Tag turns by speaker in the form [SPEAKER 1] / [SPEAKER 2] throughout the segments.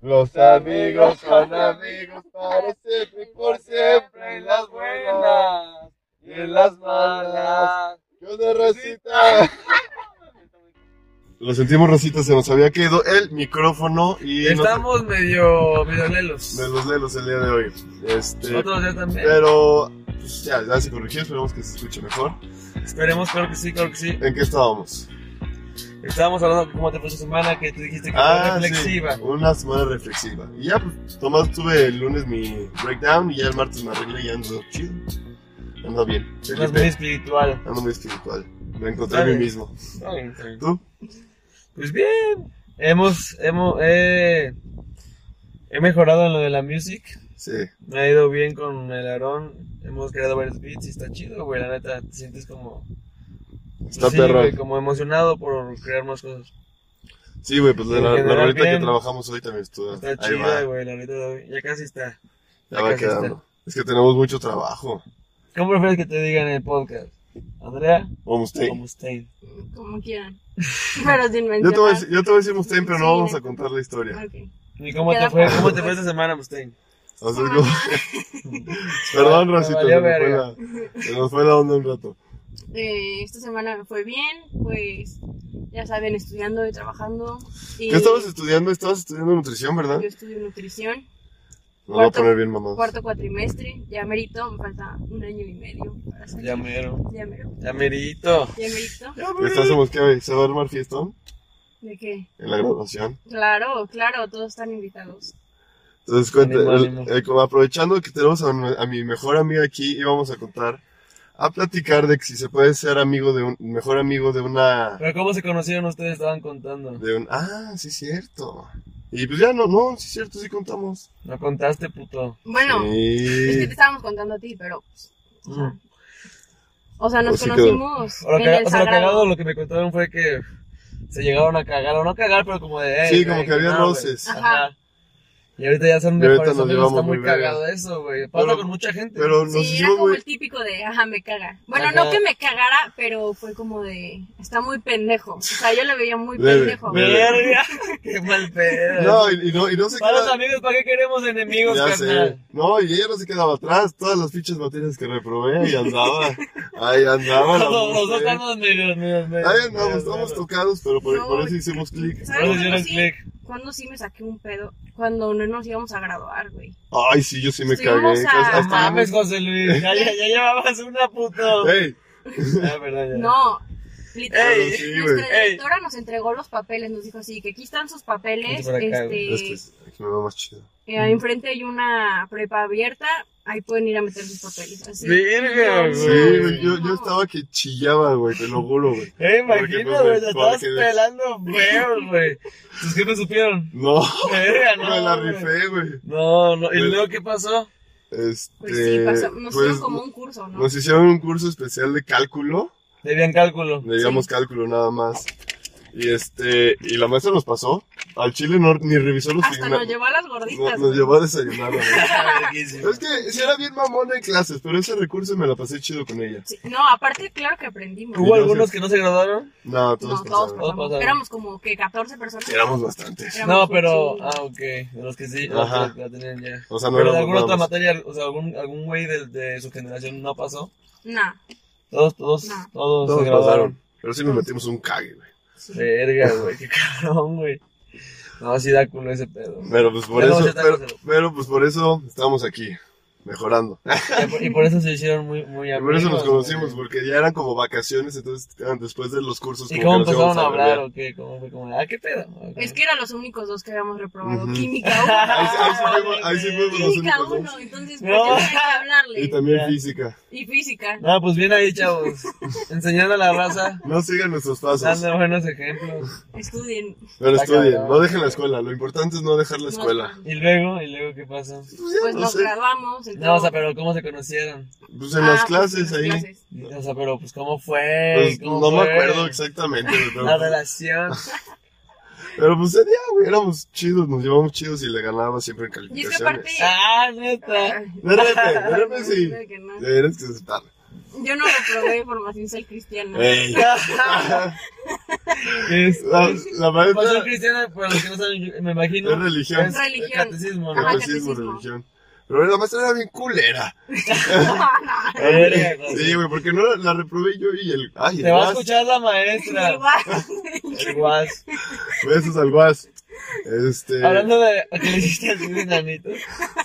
[SPEAKER 1] Los amigos son amigos para siempre y por siempre en las buenas y en las malas. ¿Qué onda, Rosita? Lo sentimos, Rosita, se nos había quedado el micrófono y nos-
[SPEAKER 2] Estamos medio, medio lelos.
[SPEAKER 1] de los lelos el día de hoy. Este,
[SPEAKER 2] Otros ya también.
[SPEAKER 1] pero pues, ya, ya se corrigió, esperemos que se escuche mejor.
[SPEAKER 2] Esperemos, claro que sí, claro que sí.
[SPEAKER 1] ¿En qué estábamos?
[SPEAKER 2] Estábamos hablando de cómo te fue esta semana, que te dijiste que
[SPEAKER 1] Ah,
[SPEAKER 2] fue reflexiva.
[SPEAKER 1] sí, una semana reflexiva. Y ya, pues, Tomás, tuve el lunes mi breakdown y ya el martes me arreglé y ando chido. Ando bien.
[SPEAKER 2] Más
[SPEAKER 1] Felipe,
[SPEAKER 2] muy espiritual.
[SPEAKER 1] Ando muy espiritual. Me encontré a mí
[SPEAKER 2] Dale.
[SPEAKER 1] mismo.
[SPEAKER 2] Ay, sí.
[SPEAKER 1] ¿Tú?
[SPEAKER 2] Pues bien, hemos, hemos, eh, he mejorado en lo de la music.
[SPEAKER 1] Sí.
[SPEAKER 2] Me ha ido bien con el Aarón. Hemos creado varios beats y está chido, güey. La neta, te sientes como, pues
[SPEAKER 1] Está
[SPEAKER 2] sí,
[SPEAKER 1] perro.
[SPEAKER 2] güey, como emocionado por crear más cosas.
[SPEAKER 1] Sí, güey, pues la,
[SPEAKER 2] En
[SPEAKER 1] la
[SPEAKER 2] general,
[SPEAKER 1] rolita que
[SPEAKER 2] bien.
[SPEAKER 1] trabajamos hoy también estuvo.
[SPEAKER 2] Está
[SPEAKER 1] Ahí va,
[SPEAKER 2] chida, güey, la neta. Ya casi está.
[SPEAKER 1] ya va
[SPEAKER 2] Acá sí está.
[SPEAKER 1] quedando. Es que tenemos mucho trabajo.
[SPEAKER 2] ¿Cómo prefieres que te digan en el podcast? ¿Andrea
[SPEAKER 1] O
[SPEAKER 2] o
[SPEAKER 1] Mustaine.
[SPEAKER 2] Mustaine?
[SPEAKER 3] Como quieran. Pero sin mencionar.
[SPEAKER 1] Yo te voy a decir, yo te voy a decir Mustaine, pero no
[SPEAKER 3] Sí,
[SPEAKER 1] vamos a
[SPEAKER 3] neta.
[SPEAKER 1] contar la historia.
[SPEAKER 3] Ok.
[SPEAKER 2] ¿Y cómo te
[SPEAKER 3] Queda
[SPEAKER 2] fue,
[SPEAKER 3] fuera.
[SPEAKER 2] cómo te fue esta semana, Mustaine?
[SPEAKER 1] O sea, como- Perdón,
[SPEAKER 2] Me
[SPEAKER 1] Rosita, se
[SPEAKER 2] valió
[SPEAKER 1] nos, fue
[SPEAKER 2] verga.
[SPEAKER 1] la, se nos fue la onda un rato.
[SPEAKER 3] Eh, esta semana me fue bien, pues ya saben, estudiando y trabajando. Y
[SPEAKER 1] ¿Qué estabas estudiando? Estabas estudiando nutrición, ¿verdad?
[SPEAKER 3] Yo estudio nutrición,
[SPEAKER 1] Nos va a
[SPEAKER 3] cuarto-
[SPEAKER 1] poner bien mamados.
[SPEAKER 3] cuarto cuatrimestre, ya merito, me falta un año y medio para salir.
[SPEAKER 2] Ya mero.
[SPEAKER 3] Ya mero,
[SPEAKER 2] Ya merito.
[SPEAKER 3] ya merito.
[SPEAKER 1] ¿Estás en qué? ¿Se va a armar fiestón?
[SPEAKER 3] ¿De qué?
[SPEAKER 1] En la graduación.
[SPEAKER 3] Claro, claro, todos están invitados.
[SPEAKER 1] Entonces, cuenta,
[SPEAKER 2] Ánimo,
[SPEAKER 1] el-
[SPEAKER 2] ánimo.
[SPEAKER 1] eh, como aprovechando que tenemos a, a mi mejor amiga aquí, íbamos a contar, a platicar de que si se puede ser amigo de un, mejor amigo de una,
[SPEAKER 2] Pero ¿cómo se conocieron ustedes? Estaban contando.
[SPEAKER 1] de un, ah, sí es cierto. Y pues ya no, no, sí es cierto, sí contamos.
[SPEAKER 2] No contaste, puto.
[SPEAKER 3] Bueno, es
[SPEAKER 1] Sí.
[SPEAKER 3] que te estábamos contando a ti, pero. pues, o, sea,
[SPEAKER 2] Mm.
[SPEAKER 3] o sea, nos
[SPEAKER 1] Pues sí quedó.
[SPEAKER 3] conocimos.
[SPEAKER 2] O lo,
[SPEAKER 3] en
[SPEAKER 2] caga-
[SPEAKER 3] el
[SPEAKER 2] o sea, lo
[SPEAKER 3] sagrado.
[SPEAKER 2] cagado, lo que me contaron fue que se llegaron a cagar, o no cagar, pero como de. "Ey,
[SPEAKER 1] Sí, como
[SPEAKER 2] güey,
[SPEAKER 1] que había
[SPEAKER 2] no, güey".
[SPEAKER 1] roces.
[SPEAKER 2] Ajá. Y ahorita ya
[SPEAKER 1] Y
[SPEAKER 2] son
[SPEAKER 1] ahorita
[SPEAKER 2] mejores
[SPEAKER 1] nos
[SPEAKER 2] amigos,
[SPEAKER 1] llevamos
[SPEAKER 2] está muy
[SPEAKER 1] muy verga.
[SPEAKER 2] cagado eso, güey. Pasa
[SPEAKER 1] Pero-
[SPEAKER 2] con mucha gente.
[SPEAKER 1] Pero nos
[SPEAKER 3] Sí, era
[SPEAKER 1] hicimos
[SPEAKER 3] como
[SPEAKER 1] muy,
[SPEAKER 3] el típico de, ajá, me caga. Bueno,
[SPEAKER 2] Ajá.
[SPEAKER 3] no que me cagara, pero fue como de, está muy pendejo. O sea, yo le veía muy
[SPEAKER 1] Bebe,
[SPEAKER 3] pendejo.
[SPEAKER 1] bebe.
[SPEAKER 2] Verga, qué mal pedo.
[SPEAKER 1] no, y, y no, y no se
[SPEAKER 2] para los
[SPEAKER 1] queda-
[SPEAKER 2] amigos, ¿para qué queremos enemigos,
[SPEAKER 1] Ya
[SPEAKER 2] carnal?
[SPEAKER 1] sé. No, y ella no se quedaba atrás. Todas las fichas materias que reprobé, ahí andaba. Ahí andaba.
[SPEAKER 2] Los,
[SPEAKER 1] la
[SPEAKER 2] los dos
[SPEAKER 1] mujer.
[SPEAKER 2] estamos medio, medio, medio.
[SPEAKER 1] Ahí andamos,
[SPEAKER 2] medio
[SPEAKER 1] estamos
[SPEAKER 2] raros.
[SPEAKER 1] tocados, pero por,
[SPEAKER 3] No,
[SPEAKER 1] por eso hicimos clic.
[SPEAKER 3] ¿Sabes
[SPEAKER 2] Vamos a hacer
[SPEAKER 3] cuándo
[SPEAKER 2] un
[SPEAKER 3] sí?
[SPEAKER 2] click.
[SPEAKER 3] cuándo sí me saqué un pedo? Cuando no nos íbamos a graduar, güey.
[SPEAKER 1] Ay, sí, yo sí me
[SPEAKER 3] Estuvimos
[SPEAKER 1] cagué.
[SPEAKER 3] a-
[SPEAKER 1] casi-
[SPEAKER 2] No
[SPEAKER 1] hasta-
[SPEAKER 2] mames, José Luis. Ya, ya, ya llevabas una puto.
[SPEAKER 1] Ey,
[SPEAKER 2] Ah, perdón, ya.
[SPEAKER 3] No, literalmente.
[SPEAKER 1] Ey, sí, güey.
[SPEAKER 3] nuestra
[SPEAKER 2] Ey.
[SPEAKER 3] directora nos entregó los papeles, nos dijo así, que aquí están sus
[SPEAKER 2] Ponte
[SPEAKER 3] papeles,
[SPEAKER 2] por acá, güey.
[SPEAKER 3] este,
[SPEAKER 1] es que es- aquí me va más chido.
[SPEAKER 3] eh, enfrente hay una prepa abierta, ahí pueden ir a meter sus papeles. Así.
[SPEAKER 2] Verga,
[SPEAKER 3] Y yo,
[SPEAKER 1] Sí,
[SPEAKER 2] Güey.
[SPEAKER 1] güey, yo, yo estaba que chillaba, güey, te lo juro, güey.
[SPEAKER 2] Eh, imagino, güey, te
[SPEAKER 1] Porque, pues,
[SPEAKER 2] estabas
[SPEAKER 1] porque-
[SPEAKER 2] pelando feo, güey. Tus jefes supieron.
[SPEAKER 1] No,
[SPEAKER 2] Verga, no.
[SPEAKER 1] me la
[SPEAKER 2] güey.
[SPEAKER 1] rifé, güey.
[SPEAKER 2] No, no. ¿Y
[SPEAKER 1] Güey.
[SPEAKER 2] luego qué pasó?
[SPEAKER 1] Este,
[SPEAKER 3] Pues sí, pasó- nos
[SPEAKER 1] pues,
[SPEAKER 3] hicieron como un curso, ¿no?
[SPEAKER 1] nos hicieron un curso especial de cálculo.
[SPEAKER 2] Debían cálculo.
[SPEAKER 1] Le digamos cálculo nada más. Y este, y la maestra nos pasó. Al chile no, ni revisó los
[SPEAKER 3] Hasta
[SPEAKER 1] signa-
[SPEAKER 3] nos llevó a las
[SPEAKER 1] no-
[SPEAKER 3] gorditas.
[SPEAKER 1] Nos
[SPEAKER 3] güey.
[SPEAKER 1] llevó a desayunar. la maestra.
[SPEAKER 2] Verguísimo.
[SPEAKER 1] es que si era bien mamona en clases, pero ese recurso me la pasé chido con ella.
[SPEAKER 3] Sí, No, aparte, claro que aprendimos.
[SPEAKER 2] ¿Hubo algunos que no se graduaron?
[SPEAKER 1] No, todos
[SPEAKER 3] No, todos
[SPEAKER 1] pasaron.
[SPEAKER 2] Todos
[SPEAKER 3] pasamos.
[SPEAKER 2] pasaron.
[SPEAKER 3] Éramos como que 14 personas.
[SPEAKER 1] Éramos bastantes.
[SPEAKER 3] Éramos
[SPEAKER 2] No,
[SPEAKER 3] un
[SPEAKER 2] pero.
[SPEAKER 3] chingo.
[SPEAKER 2] Ah, ok. De los que sí,
[SPEAKER 1] Ajá.
[SPEAKER 2] los que la tenían ya.
[SPEAKER 1] O sea, pues, no
[SPEAKER 2] Pero de
[SPEAKER 1] éramos
[SPEAKER 2] alguna
[SPEAKER 1] nada
[SPEAKER 2] otra
[SPEAKER 1] más.
[SPEAKER 2] materia, o sea, algún, algún güey de, de su generación no pasó.
[SPEAKER 3] Nah.
[SPEAKER 2] Todos, todos,
[SPEAKER 3] No.
[SPEAKER 2] todos,
[SPEAKER 1] Todos
[SPEAKER 2] se graduaron.
[SPEAKER 1] pasaron. Pero sí nos metimos un cague, güey.
[SPEAKER 3] sí.
[SPEAKER 2] Verga, güey, qué cabrón, güey. No, sí da culo ese pedo.
[SPEAKER 1] Pero pues por
[SPEAKER 2] Ya no
[SPEAKER 1] eso,
[SPEAKER 2] sé
[SPEAKER 1] pero,
[SPEAKER 2] tacos,
[SPEAKER 1] pero, pues por eso estamos aquí, mejorando.
[SPEAKER 2] Y por, y por eso se hicieron muy, muy
[SPEAKER 1] Y
[SPEAKER 2] amigos.
[SPEAKER 1] por eso nos
[SPEAKER 2] güey.
[SPEAKER 1] conocimos, porque ya eran como vacaciones, entonces eran después de los cursos.
[SPEAKER 2] ¿Y
[SPEAKER 1] como
[SPEAKER 2] cómo
[SPEAKER 1] que nos íbamos
[SPEAKER 2] empezaron a
[SPEAKER 1] ver.
[SPEAKER 2] hablar o qué? ¿Cómo fue como, ah, qué pedo? Ah,
[SPEAKER 3] Es que eran los únicos dos que habíamos reprobado.
[SPEAKER 1] Ujú.
[SPEAKER 3] Química
[SPEAKER 1] Ahí, sí-
[SPEAKER 3] 1.
[SPEAKER 1] ahí sí fuimos- ahí sí fuimos los
[SPEAKER 3] Química
[SPEAKER 1] únicos,
[SPEAKER 3] 1.
[SPEAKER 1] dos.
[SPEAKER 3] Entonces,
[SPEAKER 2] No.
[SPEAKER 3] ¿por qué tenía que hablarle?
[SPEAKER 1] Y también
[SPEAKER 2] Ya.
[SPEAKER 1] física.
[SPEAKER 3] Y física.
[SPEAKER 2] No, pues bien ahí, chavos. Enseñando a la raza,
[SPEAKER 1] No sigan nuestros pasos.
[SPEAKER 2] dando buenos ejemplos.
[SPEAKER 3] Estudien.
[SPEAKER 1] Pero
[SPEAKER 2] Está
[SPEAKER 1] estudien,
[SPEAKER 2] cabrón.
[SPEAKER 1] no dejen la escuela. Lo importante es no dejar la
[SPEAKER 3] No,
[SPEAKER 1] escuela.
[SPEAKER 2] Y luego, ¿y luego qué pasa?
[SPEAKER 1] Pues, ya,
[SPEAKER 3] Pues
[SPEAKER 1] no
[SPEAKER 3] nos
[SPEAKER 1] sé.
[SPEAKER 3] graduamos.
[SPEAKER 2] No, o sea,
[SPEAKER 3] entonces-
[SPEAKER 2] pero ¿cómo se conocieron?
[SPEAKER 1] Pues en las
[SPEAKER 3] Ah, pues, en
[SPEAKER 1] clases
[SPEAKER 3] las
[SPEAKER 1] ahí.
[SPEAKER 3] clases.
[SPEAKER 2] O sea, pero pues ¿cómo fue?
[SPEAKER 1] Pues,
[SPEAKER 2] ¿Cómo
[SPEAKER 1] no me
[SPEAKER 2] fue?
[SPEAKER 1] acuerdo exactamente. Pero,
[SPEAKER 2] La relación.
[SPEAKER 1] pero pues ese día, güey, éramos chidos, nos llevamos chidos y le ganaba siempre en
[SPEAKER 3] Y es que aparte.
[SPEAKER 1] calificaciones.
[SPEAKER 2] Ah, neta.
[SPEAKER 3] Ay,
[SPEAKER 1] De repente, de repente
[SPEAKER 3] no,
[SPEAKER 1] Ah, pues sí.
[SPEAKER 3] creo que no.
[SPEAKER 1] Tienes que aceptar. Eh.
[SPEAKER 3] Yo no reprobé formación social cristiana.
[SPEAKER 1] Ey.
[SPEAKER 2] Es, ah,
[SPEAKER 1] La, la maestra
[SPEAKER 2] Pasión cristiana, para los que no saben, me imagino.
[SPEAKER 1] Es religión.
[SPEAKER 2] Pues, es
[SPEAKER 3] Religión.
[SPEAKER 2] Catecismo, ¿no?
[SPEAKER 3] Ajá,
[SPEAKER 1] catecismo,
[SPEAKER 3] catecismo.
[SPEAKER 1] religión. Pero la maestra era bien culera.
[SPEAKER 2] Verga, güey.
[SPEAKER 1] Sí, güey, porque no la, la reprobé yo y el. Ay,
[SPEAKER 2] Te
[SPEAKER 1] el
[SPEAKER 2] va a
[SPEAKER 1] guas.
[SPEAKER 2] escuchar la maestra.
[SPEAKER 3] El guas.
[SPEAKER 2] El guas.
[SPEAKER 1] Besos al guas. Este.
[SPEAKER 2] Hablando de que le hiciste al dinamito.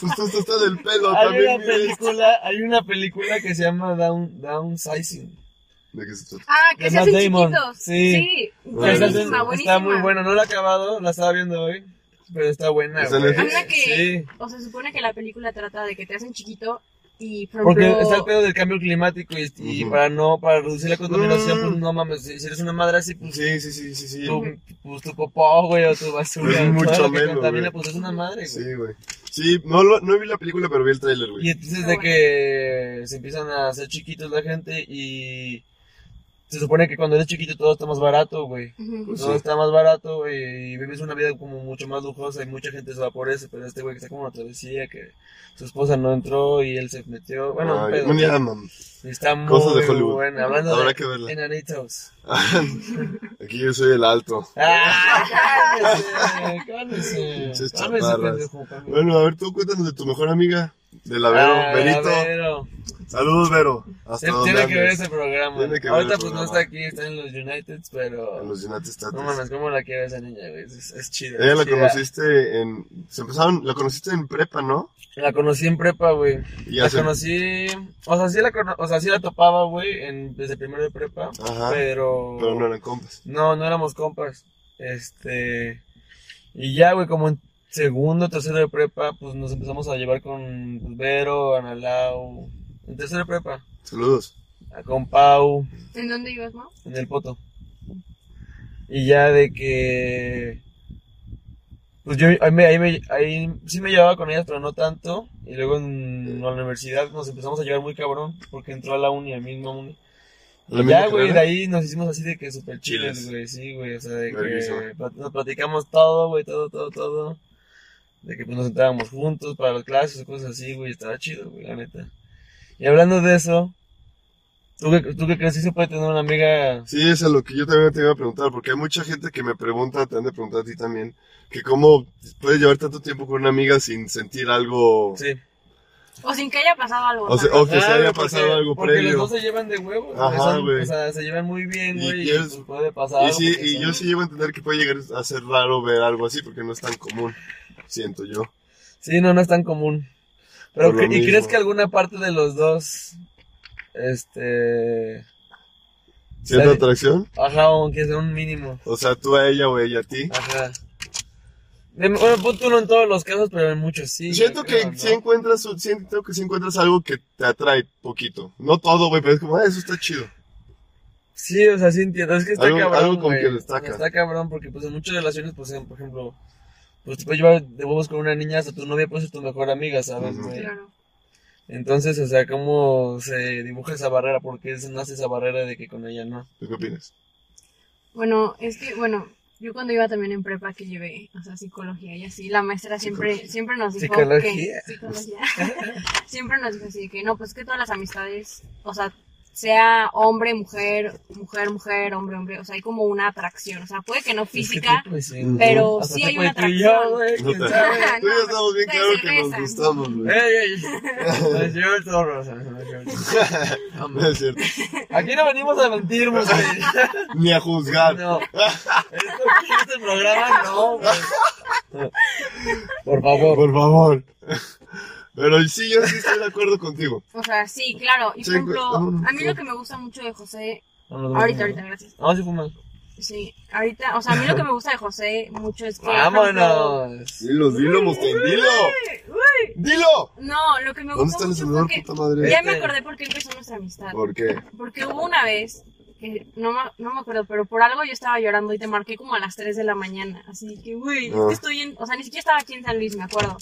[SPEAKER 1] Sus tostas del pelo
[SPEAKER 2] Hay una
[SPEAKER 1] también. mire.
[SPEAKER 2] película, hay una película que se llama Down, Downsizing.
[SPEAKER 1] ¿De qué se trata?
[SPEAKER 3] Ah, que
[SPEAKER 2] De
[SPEAKER 3] se
[SPEAKER 2] Matt
[SPEAKER 3] hacen
[SPEAKER 2] Damon,
[SPEAKER 3] chiquitos.
[SPEAKER 2] sí.
[SPEAKER 3] Sí.
[SPEAKER 1] Bueno,
[SPEAKER 2] Está-
[SPEAKER 3] Buenísima,
[SPEAKER 2] está,
[SPEAKER 3] buenísima.
[SPEAKER 2] muy buena, no la he acabado, la estaba viendo hoy, pero está buena.
[SPEAKER 1] ¿Está en
[SPEAKER 2] güey.
[SPEAKER 3] Hay una que,
[SPEAKER 2] Sí.
[SPEAKER 3] o se supone que la película trata de que te hacen chiquito y, por
[SPEAKER 2] Porque
[SPEAKER 3] ejemplo,
[SPEAKER 2] está el pedo del cambio climático y, y
[SPEAKER 1] Ujú.
[SPEAKER 2] para no, para reducir la contaminación,
[SPEAKER 1] Mm.
[SPEAKER 2] pues no mames, si si eres una madre así, pues,
[SPEAKER 1] Sí, sí, sí, sí, sí.
[SPEAKER 2] tu, pues tu popó, güey, o tu basura,
[SPEAKER 1] Es Pues,
[SPEAKER 2] todo
[SPEAKER 1] mucho
[SPEAKER 2] lo que
[SPEAKER 1] menos,
[SPEAKER 2] contamina,
[SPEAKER 1] güey.
[SPEAKER 2] pues es una madre, güey.
[SPEAKER 1] Sí, güey. Sí, no, lo- no vi la película, pero vi el tráiler,
[SPEAKER 2] Y
[SPEAKER 1] güey.
[SPEAKER 2] entonces de que se empiezan a hacer chiquitos la gente y se supone que cuando eres chiquito todo está más barato, güey.
[SPEAKER 3] Ujú.
[SPEAKER 1] Pues
[SPEAKER 2] Todo
[SPEAKER 1] sí.
[SPEAKER 2] está más barato, güey, y vives una vida como mucho más lujosa y mucha gente se va por eso, pero este güey que está como en la travesía, que su esposa no entró y él se metió, bueno, un
[SPEAKER 1] Ay,
[SPEAKER 2] pedo.
[SPEAKER 1] un día, mam.
[SPEAKER 2] Y está muy
[SPEAKER 1] Cosas de Hollywood.
[SPEAKER 2] buena, hablando
[SPEAKER 1] Habrá
[SPEAKER 2] de
[SPEAKER 1] que verla.
[SPEAKER 2] enanitos.
[SPEAKER 1] Aquí yo soy el alto.
[SPEAKER 2] ¡Ah, cálmese, cálmese,
[SPEAKER 1] Pinches
[SPEAKER 2] cálmese,
[SPEAKER 1] chaparras.
[SPEAKER 2] pendejo, cálmese.
[SPEAKER 1] Bueno, a ver, tú cuéntanos de tu mejor amiga, de la Vero,
[SPEAKER 2] Ah,
[SPEAKER 1] Verito.
[SPEAKER 2] Vero.
[SPEAKER 1] Saludos, Vero. Hasta
[SPEAKER 2] Se-
[SPEAKER 1] donde
[SPEAKER 2] tiene que ver
[SPEAKER 1] andes.
[SPEAKER 2] ese programa.
[SPEAKER 1] Tiene que ver
[SPEAKER 2] Ahorita
[SPEAKER 1] el
[SPEAKER 2] pues no
[SPEAKER 1] programa.
[SPEAKER 2] está aquí, está en los Uniteds, pero...
[SPEAKER 1] En los United States.
[SPEAKER 2] No mames, ¿cómo la quiero a esa niña, güey? Es, es chida.
[SPEAKER 1] Ella
[SPEAKER 2] es
[SPEAKER 1] la
[SPEAKER 2] chida.
[SPEAKER 1] conociste en. Se empezaron, la conociste en prepa, ¿no?
[SPEAKER 2] La conocí en prepa, güey.
[SPEAKER 1] Y
[SPEAKER 2] La
[SPEAKER 1] hace-
[SPEAKER 2] conocí... O sea, sí la, cono- o sea, sí la topaba, güey, en- desde primero de prepa.
[SPEAKER 1] Ajá.
[SPEAKER 2] Pero...
[SPEAKER 1] Ah, Pero no eran compas.
[SPEAKER 2] No, no éramos compas. Este. Y ya, güey, como en segundo, tercero de prepa, pues nos empezamos a llevar con pues, Vero, Analao. En tercero de prepa,
[SPEAKER 1] Saludos.
[SPEAKER 2] a- con Pau,
[SPEAKER 3] ¿En dónde ibas, no?
[SPEAKER 2] en el Poto. Y ya de que. Pues yo ahí, me- ahí me- ahí sí me llevaba con ellas, pero no tanto. Y luego en la universidad nos empezamos a llevar muy cabrón, porque entró a la uni, a mi misma uni.
[SPEAKER 1] ¿La
[SPEAKER 2] Y
[SPEAKER 1] misma
[SPEAKER 2] ya, güey,
[SPEAKER 1] carrera?
[SPEAKER 2] de ahí nos hicimos así de que super
[SPEAKER 1] Chiles.
[SPEAKER 2] chiles, güey, sí, güey, o sea, de que
[SPEAKER 1] Verguísima.
[SPEAKER 2] plat- nos platicamos todo, güey, todo, todo, todo. De que pues nos sentábamos juntos para las clases o cosas así, güey, estaba chido, güey, la neta. Y hablando de eso, ¿tú qué, tú qué crees? ¿Sí se puede tener una amiga?
[SPEAKER 1] Sí, eso es lo que yo también te iba a preguntar, porque hay mucha gente que me pregunta, te han de preguntar a ti también, que cómo puedes llevar tanto tiempo con una amiga sin sentir algo,
[SPEAKER 2] Sí.
[SPEAKER 3] O sin que haya pasado algo.
[SPEAKER 1] o, se-
[SPEAKER 3] ¿sabes?
[SPEAKER 1] o que se
[SPEAKER 2] Ah,
[SPEAKER 1] haya
[SPEAKER 2] porque-
[SPEAKER 1] pasado algo
[SPEAKER 2] porque los
[SPEAKER 1] previo.
[SPEAKER 2] dos se llevan de huevo, güey,
[SPEAKER 1] Ajá,
[SPEAKER 2] son-
[SPEAKER 1] güey.
[SPEAKER 2] o sea, se llevan muy bien,
[SPEAKER 1] Y
[SPEAKER 2] güey, y,
[SPEAKER 1] quieres-
[SPEAKER 2] pues, puede pasar
[SPEAKER 1] Y
[SPEAKER 2] algo
[SPEAKER 1] sí,
[SPEAKER 2] porque
[SPEAKER 1] y yo
[SPEAKER 2] son-
[SPEAKER 1] sí llevo a entender que puede llegar a ser raro ver algo así, porque no es tan común, siento yo.
[SPEAKER 2] Sí, no, no es tan común. Pero,
[SPEAKER 1] Por lo
[SPEAKER 2] cre- ¿y
[SPEAKER 1] mismo.
[SPEAKER 2] crees que alguna parte de los dos, este,
[SPEAKER 1] ¿Siento
[SPEAKER 2] Sí.
[SPEAKER 1] atracción?
[SPEAKER 2] ajá, aunque sea un mínimo,
[SPEAKER 1] O sea, tú a ella o ella a ti.
[SPEAKER 2] ajá. De- bueno, punto uno en todos los casos, pero en muchos sí.
[SPEAKER 1] Siento
[SPEAKER 2] yo creo,
[SPEAKER 1] que
[SPEAKER 2] ¿no?
[SPEAKER 1] si encuentras, siento que si encuentras algo que te atrae poquito. No todo, güey, pero es como, ah, eso está chido.
[SPEAKER 2] Sí, o sea, sí entiendo. Es que está
[SPEAKER 1] Algo-
[SPEAKER 2] cabrón.
[SPEAKER 1] algo con
[SPEAKER 2] güey.
[SPEAKER 1] que destaca.
[SPEAKER 2] Está cabrón porque, pues, en muchas relaciones, pues, en- por ejemplo, pues te puedes llevar de huevos con una niña hasta tu novia, puede ser tu mejor amiga, ¿sabes,
[SPEAKER 1] Ujú.
[SPEAKER 2] güey?
[SPEAKER 3] Claro.
[SPEAKER 2] Entonces, o sea, ¿cómo se dibuja esa barrera? ¿Por qué se nace esa barrera de que con ella no?
[SPEAKER 1] ¿Tú qué opinas?
[SPEAKER 3] Bueno, es que, bueno, yo cuando iba también en prepa que llevé, o sea, psicología y así, la maestra siempre, siempre nos dijo
[SPEAKER 2] Psicología.
[SPEAKER 3] que... Psicología. siempre nos dijo así que, no, pues que todas las amistades, o sea, sea hombre, mujer, mujer, mujer, hombre, hombre, o sea, hay como una atracción, o sea, puede que no
[SPEAKER 2] Es que
[SPEAKER 3] física,
[SPEAKER 2] tú, pues, sí.
[SPEAKER 1] Mm.
[SPEAKER 3] pero
[SPEAKER 2] Hasta
[SPEAKER 3] sí
[SPEAKER 2] se
[SPEAKER 3] hay
[SPEAKER 2] puede
[SPEAKER 3] una
[SPEAKER 2] tú y yo,
[SPEAKER 3] atracción.
[SPEAKER 2] güey,
[SPEAKER 1] No
[SPEAKER 2] quién
[SPEAKER 1] te-
[SPEAKER 2] sabe.
[SPEAKER 3] Ah,
[SPEAKER 1] Tú y yo
[SPEAKER 3] no,
[SPEAKER 1] estamos bien claros
[SPEAKER 3] ustedes se
[SPEAKER 1] que nos
[SPEAKER 3] besan.
[SPEAKER 1] gustamos, güey.
[SPEAKER 2] Ey, ey. Me llevo el zorro, o sea, me llevo el zorro.
[SPEAKER 1] No es cierto.
[SPEAKER 2] Aquí no venimos a mentirnos, güey.
[SPEAKER 1] Ni a juzgar.
[SPEAKER 2] No. Esto aquí en este programa no, güey. Por favor.
[SPEAKER 1] Por favor. Pero sí, yo sí estoy de acuerdo contigo.
[SPEAKER 3] O sea, sí, claro. Y
[SPEAKER 1] Sí,
[SPEAKER 3] por ejemplo,
[SPEAKER 1] güey, vámonos,
[SPEAKER 3] a mí
[SPEAKER 1] güey.
[SPEAKER 3] lo que me gusta mucho de José,
[SPEAKER 2] Vamos,
[SPEAKER 3] ahorita,
[SPEAKER 2] vamos.
[SPEAKER 3] ahorita, gracias.
[SPEAKER 2] Vamos a fumar.
[SPEAKER 3] Sí, ahorita, o sea, a mí lo que me gusta de José mucho es que. por ejemplo,
[SPEAKER 2] Vámonos.
[SPEAKER 1] Dilo, dilo, Mustang, dilo.
[SPEAKER 3] uy,
[SPEAKER 1] Dilo.
[SPEAKER 3] No, lo que me
[SPEAKER 1] ¿Dónde
[SPEAKER 3] gusta
[SPEAKER 1] está el
[SPEAKER 3] mucho
[SPEAKER 1] encendedor,
[SPEAKER 3] fue que.
[SPEAKER 1] puta madre?
[SPEAKER 3] Ya me acordé por qué empezó nuestra amistad.
[SPEAKER 1] ¿Por qué?
[SPEAKER 3] Porque hubo una vez que no, me- no me acuerdo, pero por algo yo estaba llorando y te marqué como a las 3 de la mañana. Así que, uy, es
[SPEAKER 1] Ah.
[SPEAKER 3] que estoy en. O sea, ni siquiera estaba aquí en San Luis, me acuerdo.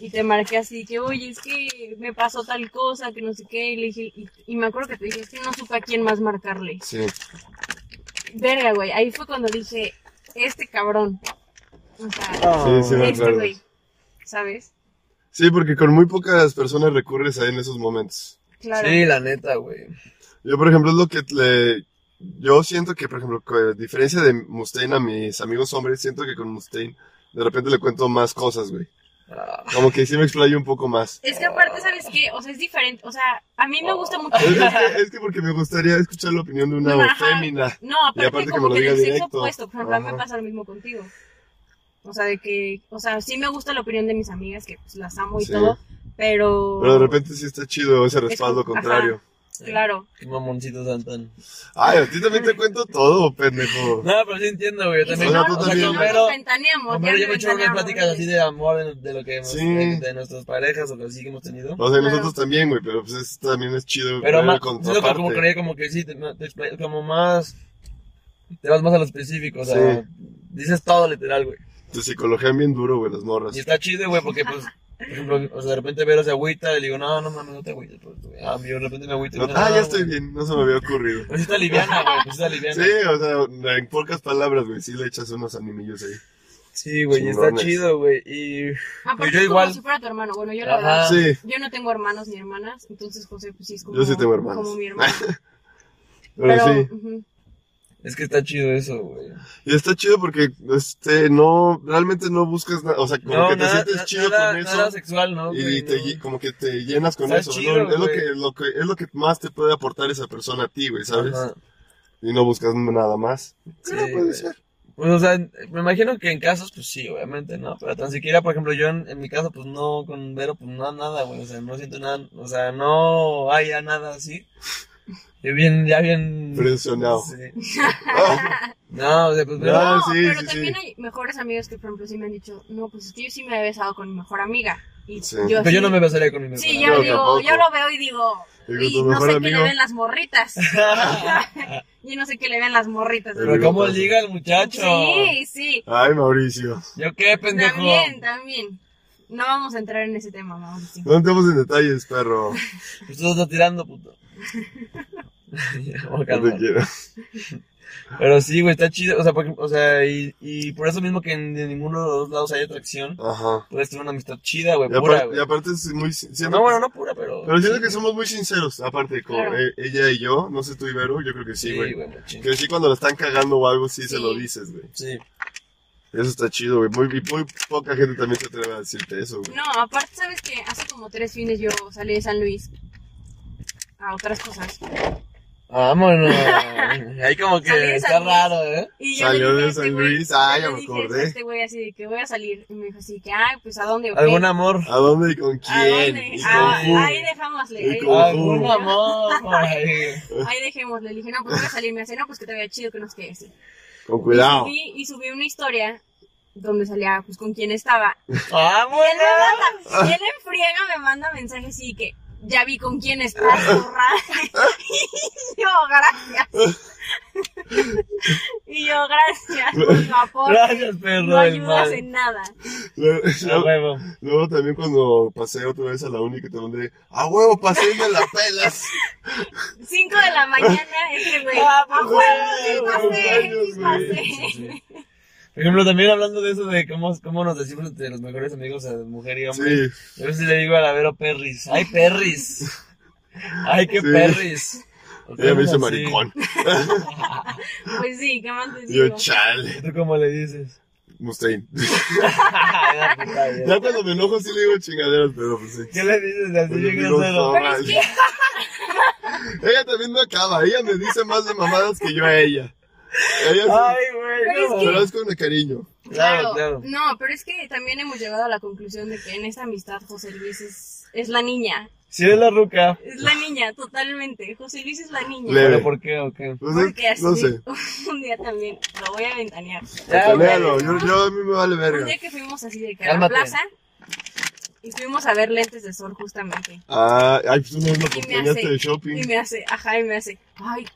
[SPEAKER 3] Y te marqué así que, oye, es que me pasó tal cosa, que no sé qué. Y le dije, y, y me acuerdo que te dije, es que no supe a quién más marcarle.
[SPEAKER 1] Sí.
[SPEAKER 3] Verga, güey. Ahí fue cuando dije, este cabrón. O sea,
[SPEAKER 1] Sí, Ah, sí, me
[SPEAKER 3] este
[SPEAKER 1] acuerdo.
[SPEAKER 3] güey. ¿Sabes?
[SPEAKER 1] Sí, porque con muy pocas personas recurres ahí en esos momentos.
[SPEAKER 3] Claro.
[SPEAKER 2] Sí, la neta, güey.
[SPEAKER 1] Yo, por ejemplo, es lo que le Yo siento que, por ejemplo, que a diferencia de Mustaine a mis amigos hombres, siento que con Mustaine de repente le cuento más cosas, güey.
[SPEAKER 2] Ah,
[SPEAKER 1] Como que sí me explayo un poco más.
[SPEAKER 3] Es que aparte, ¿sabes qué? O sea, es diferente. O sea, a mí me gusta mucho.
[SPEAKER 1] Es, es que, es que porque me gustaría escuchar la opinión de una
[SPEAKER 3] Ajá.
[SPEAKER 1] fémina.
[SPEAKER 3] No, aparte,
[SPEAKER 1] aparte que
[SPEAKER 3] como
[SPEAKER 1] me lo
[SPEAKER 3] que,
[SPEAKER 1] diga
[SPEAKER 3] del sexo
[SPEAKER 1] directo.
[SPEAKER 3] opuesto. Por ejemplo, a mí me
[SPEAKER 1] Ajá.
[SPEAKER 3] pasa lo mismo contigo. O sea, de que. O sea, sí me gusta la opinión de mis amigas, que pues, las amo y
[SPEAKER 1] Sí.
[SPEAKER 3] todo. Pero.
[SPEAKER 1] Pero de repente sí está chido ese respaldo
[SPEAKER 3] como-
[SPEAKER 1] contrario.
[SPEAKER 3] Claro.
[SPEAKER 2] Qué mamoncito tan tan.
[SPEAKER 1] Ay, a ti también te cuento todo, pendejo.
[SPEAKER 2] No, pero sí entiendo, güey. Yo
[SPEAKER 3] Y si
[SPEAKER 2] también.
[SPEAKER 1] no,
[SPEAKER 3] no, pues,
[SPEAKER 1] tú
[SPEAKER 2] o sea,
[SPEAKER 1] también.
[SPEAKER 2] con
[SPEAKER 3] no
[SPEAKER 2] Vero,
[SPEAKER 3] nos ventaneamos.
[SPEAKER 2] con
[SPEAKER 3] ya
[SPEAKER 2] Vero yo
[SPEAKER 3] nos
[SPEAKER 2] me echo unas
[SPEAKER 3] ventaneamos,
[SPEAKER 2] pláticas así de amor, de, de lo que hemos,
[SPEAKER 1] Sí. Pues,
[SPEAKER 2] de, de nuestras parejas o lo así que hemos tenido.
[SPEAKER 1] O sea, y nosotros
[SPEAKER 3] Claro.
[SPEAKER 1] también, güey, pero pues es- también es chido
[SPEAKER 2] Pero
[SPEAKER 1] ver
[SPEAKER 2] más,
[SPEAKER 1] el
[SPEAKER 2] siento que como
[SPEAKER 1] contraparte.
[SPEAKER 2] creía como que sí, te, te explayas como más, te vas más a lo específico, o sea,
[SPEAKER 1] Sí.
[SPEAKER 2] dices todo literal, güey.
[SPEAKER 1] Te psicologían bien duro, güey, las morras.
[SPEAKER 2] Y está chido, güey, porque pues, por ejemplo, o sea, de repente Vero se agüita y le digo, no, no mames, no te agüites, pues, güey. Ah, yo de repente me agüito. y
[SPEAKER 1] No-
[SPEAKER 2] no,
[SPEAKER 1] ah,
[SPEAKER 2] no,
[SPEAKER 1] ya estoy
[SPEAKER 2] güey.
[SPEAKER 1] bien, no se me había ocurrido.
[SPEAKER 2] Pues sí está liviana, güey, pues sí está liviana.
[SPEAKER 1] Sí, o sea, en pocas palabras, güey, sí le echas unos animillos ahí.
[SPEAKER 2] Sí, güey, y está
[SPEAKER 1] Chingones.
[SPEAKER 2] chido, güey, y...
[SPEAKER 3] Aparte,
[SPEAKER 2] Yo
[SPEAKER 3] es
[SPEAKER 2] igual.
[SPEAKER 3] Ah, como si fuera tu hermano. Bueno, yo la
[SPEAKER 2] Ajá.
[SPEAKER 3] verdad.
[SPEAKER 1] Sí,
[SPEAKER 3] Yo no tengo hermanos ni hermanas, entonces José, pues sí es como.
[SPEAKER 1] Yo sí tengo hermanos.
[SPEAKER 3] Como mi hermano.
[SPEAKER 1] pero sí.
[SPEAKER 3] ujú.
[SPEAKER 2] Es que está chido eso, güey.
[SPEAKER 1] Y está chido porque, este, no, realmente no buscas nada, o sea, como que te
[SPEAKER 2] nada-
[SPEAKER 1] sientes
[SPEAKER 2] na-
[SPEAKER 1] chido
[SPEAKER 2] nada-
[SPEAKER 1] con eso.
[SPEAKER 2] Nada sexual, ¿no?
[SPEAKER 1] Y
[SPEAKER 2] güey,
[SPEAKER 1] te,
[SPEAKER 2] no.
[SPEAKER 1] lle- como que te llenas con
[SPEAKER 2] Está
[SPEAKER 1] eso.
[SPEAKER 2] chido,
[SPEAKER 1] ¿no? es, lo
[SPEAKER 2] güey.
[SPEAKER 1] que, lo que, es lo que más te puede aportar esa persona a ti, güey, ¿sabes?
[SPEAKER 2] Ajá.
[SPEAKER 1] Y no buscas nada más.
[SPEAKER 2] Sí,
[SPEAKER 1] Pero puede
[SPEAKER 2] güey.
[SPEAKER 1] ser.
[SPEAKER 2] Pues, o sea, me imagino que en casos, pues sí, obviamente, ¿no? Pero tan siquiera, por ejemplo, yo en, en mi caso, pues no, con Vero, pues no, nada, güey. O sea, no siento nada, o sea, no hay ya nada así. Yo bien, ya bien...
[SPEAKER 1] Presionado.
[SPEAKER 2] Sí. No, o sea, pues Vero...
[SPEAKER 1] Ah,
[SPEAKER 3] No,
[SPEAKER 1] sí,
[SPEAKER 3] pero
[SPEAKER 1] sí,
[SPEAKER 3] también
[SPEAKER 1] sí.
[SPEAKER 3] hay mejores amigos que, por ejemplo, sí me han dicho, no, pues es que yo sí me he besado con mi mejor amiga. Y
[SPEAKER 1] Sí.
[SPEAKER 3] yo,
[SPEAKER 2] Pero
[SPEAKER 3] sí.
[SPEAKER 2] yo no me besaría con mi mejor
[SPEAKER 3] Sí,
[SPEAKER 2] amigo.
[SPEAKER 3] yo
[SPEAKER 1] Yo
[SPEAKER 3] digo,
[SPEAKER 1] tampoco.
[SPEAKER 3] yo lo veo y digo,
[SPEAKER 1] Y con
[SPEAKER 3] y
[SPEAKER 1] tu
[SPEAKER 3] no
[SPEAKER 1] mejor
[SPEAKER 3] sé qué
[SPEAKER 1] amigo".
[SPEAKER 3] le ven las morritas. yo no sé qué le ven las morritas.
[SPEAKER 2] Pero cómo liga el muchacho.
[SPEAKER 3] Sí, sí.
[SPEAKER 1] Ay, Mauricio.
[SPEAKER 2] Yo qué, pendejo.
[SPEAKER 3] También, también. No vamos a entrar en ese tema, Mauricio.
[SPEAKER 1] No entremos en detalles, perro.
[SPEAKER 2] Pues tú estás tirando, puto. Ya, voy a
[SPEAKER 1] No
[SPEAKER 2] calmar.
[SPEAKER 1] te quiero.
[SPEAKER 2] Pero sí, güey, está chido. O sea, por- o sea y, y por eso mismo que en, de ninguno de los dos lados hay atracción,
[SPEAKER 1] Ajá.
[SPEAKER 2] puedes tener una amistad chida, güey,
[SPEAKER 1] Y, apar-
[SPEAKER 2] pura,
[SPEAKER 1] y
[SPEAKER 2] güey.
[SPEAKER 1] aparte es muy... sin- siento-
[SPEAKER 2] No, bueno, no pura, pero.
[SPEAKER 1] Pero siento que somos muy sinceros, aparte, con
[SPEAKER 3] Claro.
[SPEAKER 1] e- ella y yo, no sé tú, Ibero, yo creo que sí,
[SPEAKER 2] Sí,
[SPEAKER 1] güey.
[SPEAKER 2] güey, machín.
[SPEAKER 1] que sí cuando la están cagando o algo, sí, se
[SPEAKER 3] Sí.
[SPEAKER 1] lo dices, güey.
[SPEAKER 2] Sí.
[SPEAKER 1] Eso está chido, güey. Muy, y muy poca gente también se atreve a decirte eso, güey.
[SPEAKER 3] No, aparte, ¿sabes que Hace como tres fines yo salí de San Luis a otras cosas.
[SPEAKER 2] Vámonos. Ahí como
[SPEAKER 3] Salí
[SPEAKER 2] que
[SPEAKER 3] de
[SPEAKER 2] está
[SPEAKER 3] San Luis.
[SPEAKER 2] raro, ¿eh?
[SPEAKER 3] Y yo
[SPEAKER 1] Salió
[SPEAKER 3] le dije
[SPEAKER 1] de
[SPEAKER 3] a este
[SPEAKER 1] San
[SPEAKER 3] güey-
[SPEAKER 1] Luis. Ah,
[SPEAKER 3] yo
[SPEAKER 1] ya
[SPEAKER 3] le
[SPEAKER 1] me
[SPEAKER 3] dije
[SPEAKER 1] acordé.
[SPEAKER 3] a este güey así de que voy a salir. Y me dijo así que, ay, pues, ¿a dónde? o qué?
[SPEAKER 2] ¿Algún amor?
[SPEAKER 1] ¿A dónde y con quién?
[SPEAKER 3] ¿A dónde?
[SPEAKER 1] ¿Y con
[SPEAKER 3] Ah,
[SPEAKER 1] who?
[SPEAKER 3] ahí dejámosle.
[SPEAKER 1] ¿Y
[SPEAKER 3] ahí-
[SPEAKER 1] con
[SPEAKER 2] ¿Algún
[SPEAKER 1] who?
[SPEAKER 2] amor? por ahí.
[SPEAKER 3] Ahí dejémosle. Le dije, no, pues voy a salir. Me hace, no, pues que te vea chido, que no sé qué decir.
[SPEAKER 1] Con cuidado.
[SPEAKER 3] Y, y subí una historia donde salía, pues, con quién estaba. Y él
[SPEAKER 2] ¡Vámonos!
[SPEAKER 3] me manda, y él en friega me manda mensajes así que ya vi con quién estás, zorra. y yo, gracias. y yo, gracias por tu aporte.
[SPEAKER 2] Gracias, perro
[SPEAKER 3] No
[SPEAKER 2] del
[SPEAKER 3] ayudas
[SPEAKER 2] mal.
[SPEAKER 3] en nada.
[SPEAKER 2] A
[SPEAKER 1] Luego,
[SPEAKER 2] huevo.
[SPEAKER 1] luego también cuando pasé otra vez a la uni que te mandé, a huevo, pasé y me la pelas.
[SPEAKER 3] Cinco de la mañana, este güey.
[SPEAKER 2] Ah,
[SPEAKER 3] ¡Ah,
[SPEAKER 2] pues,
[SPEAKER 3] huevo, sí pasé!
[SPEAKER 1] cumpleaños,
[SPEAKER 3] Ah, sí
[SPEAKER 1] güey.
[SPEAKER 3] pasé".
[SPEAKER 2] Sí. Por ejemplo, también hablando de eso de cómo, cómo nos decimos entre los mejores amigos, o sea, de mujer y hombre.
[SPEAKER 1] Sí,
[SPEAKER 2] Yo a veces le digo a la Vero Perris, ¡ay, Perris! ¡Ay, qué
[SPEAKER 1] Sí.
[SPEAKER 2] Perris! O
[SPEAKER 1] ella me
[SPEAKER 2] cosas
[SPEAKER 1] hizo
[SPEAKER 2] así.
[SPEAKER 1] maricón.
[SPEAKER 3] Pues sí, ¿qué más te
[SPEAKER 1] Y yo,
[SPEAKER 3] digo?
[SPEAKER 1] chale.
[SPEAKER 2] ¿Tú cómo le dices?
[SPEAKER 1] Mustaine.
[SPEAKER 2] Ah, la puta vida.
[SPEAKER 1] Ya cuando me enojo sí le digo chingaderas, pero pues sí.
[SPEAKER 2] ¿Qué le dices así
[SPEAKER 1] Pues
[SPEAKER 2] bien
[SPEAKER 1] yo digo,
[SPEAKER 2] grosero?
[SPEAKER 1] "Zorra". Ella también no acaba, ella me dice más de mamadas que yo a ella. Ella sí-
[SPEAKER 2] ¡Ay, güey!
[SPEAKER 3] Pero es
[SPEAKER 2] no,
[SPEAKER 3] que-
[SPEAKER 1] pero es con cariño.
[SPEAKER 2] Claro, claro.
[SPEAKER 3] No, pero es que también hemos llegado a la conclusión de que en esta amistad José Luis es, es la niña.
[SPEAKER 2] Si eres la ruca,
[SPEAKER 3] Es la niña, totalmente. José Luis es la niña.
[SPEAKER 1] Le-
[SPEAKER 2] ¿pero por qué o qué?
[SPEAKER 1] No sé,
[SPEAKER 3] Porque así,
[SPEAKER 1] no sé.
[SPEAKER 3] un día también, lo voy a ventanear.
[SPEAKER 2] Ya, güey.
[SPEAKER 1] Ventanealo, yo, yo a mí me vale
[SPEAKER 3] Un
[SPEAKER 1] verga.
[SPEAKER 3] día que fuimos así de que a la
[SPEAKER 2] Cálmate.
[SPEAKER 3] plaza y fuimos a ver lentes de sol justamente.
[SPEAKER 1] Ah, ay, pues no es lo que
[SPEAKER 3] Y me
[SPEAKER 1] enseñaste
[SPEAKER 3] hace-
[SPEAKER 1] de
[SPEAKER 3] Y
[SPEAKER 1] shopping.
[SPEAKER 3] me hace, ajá, y me hace, ay,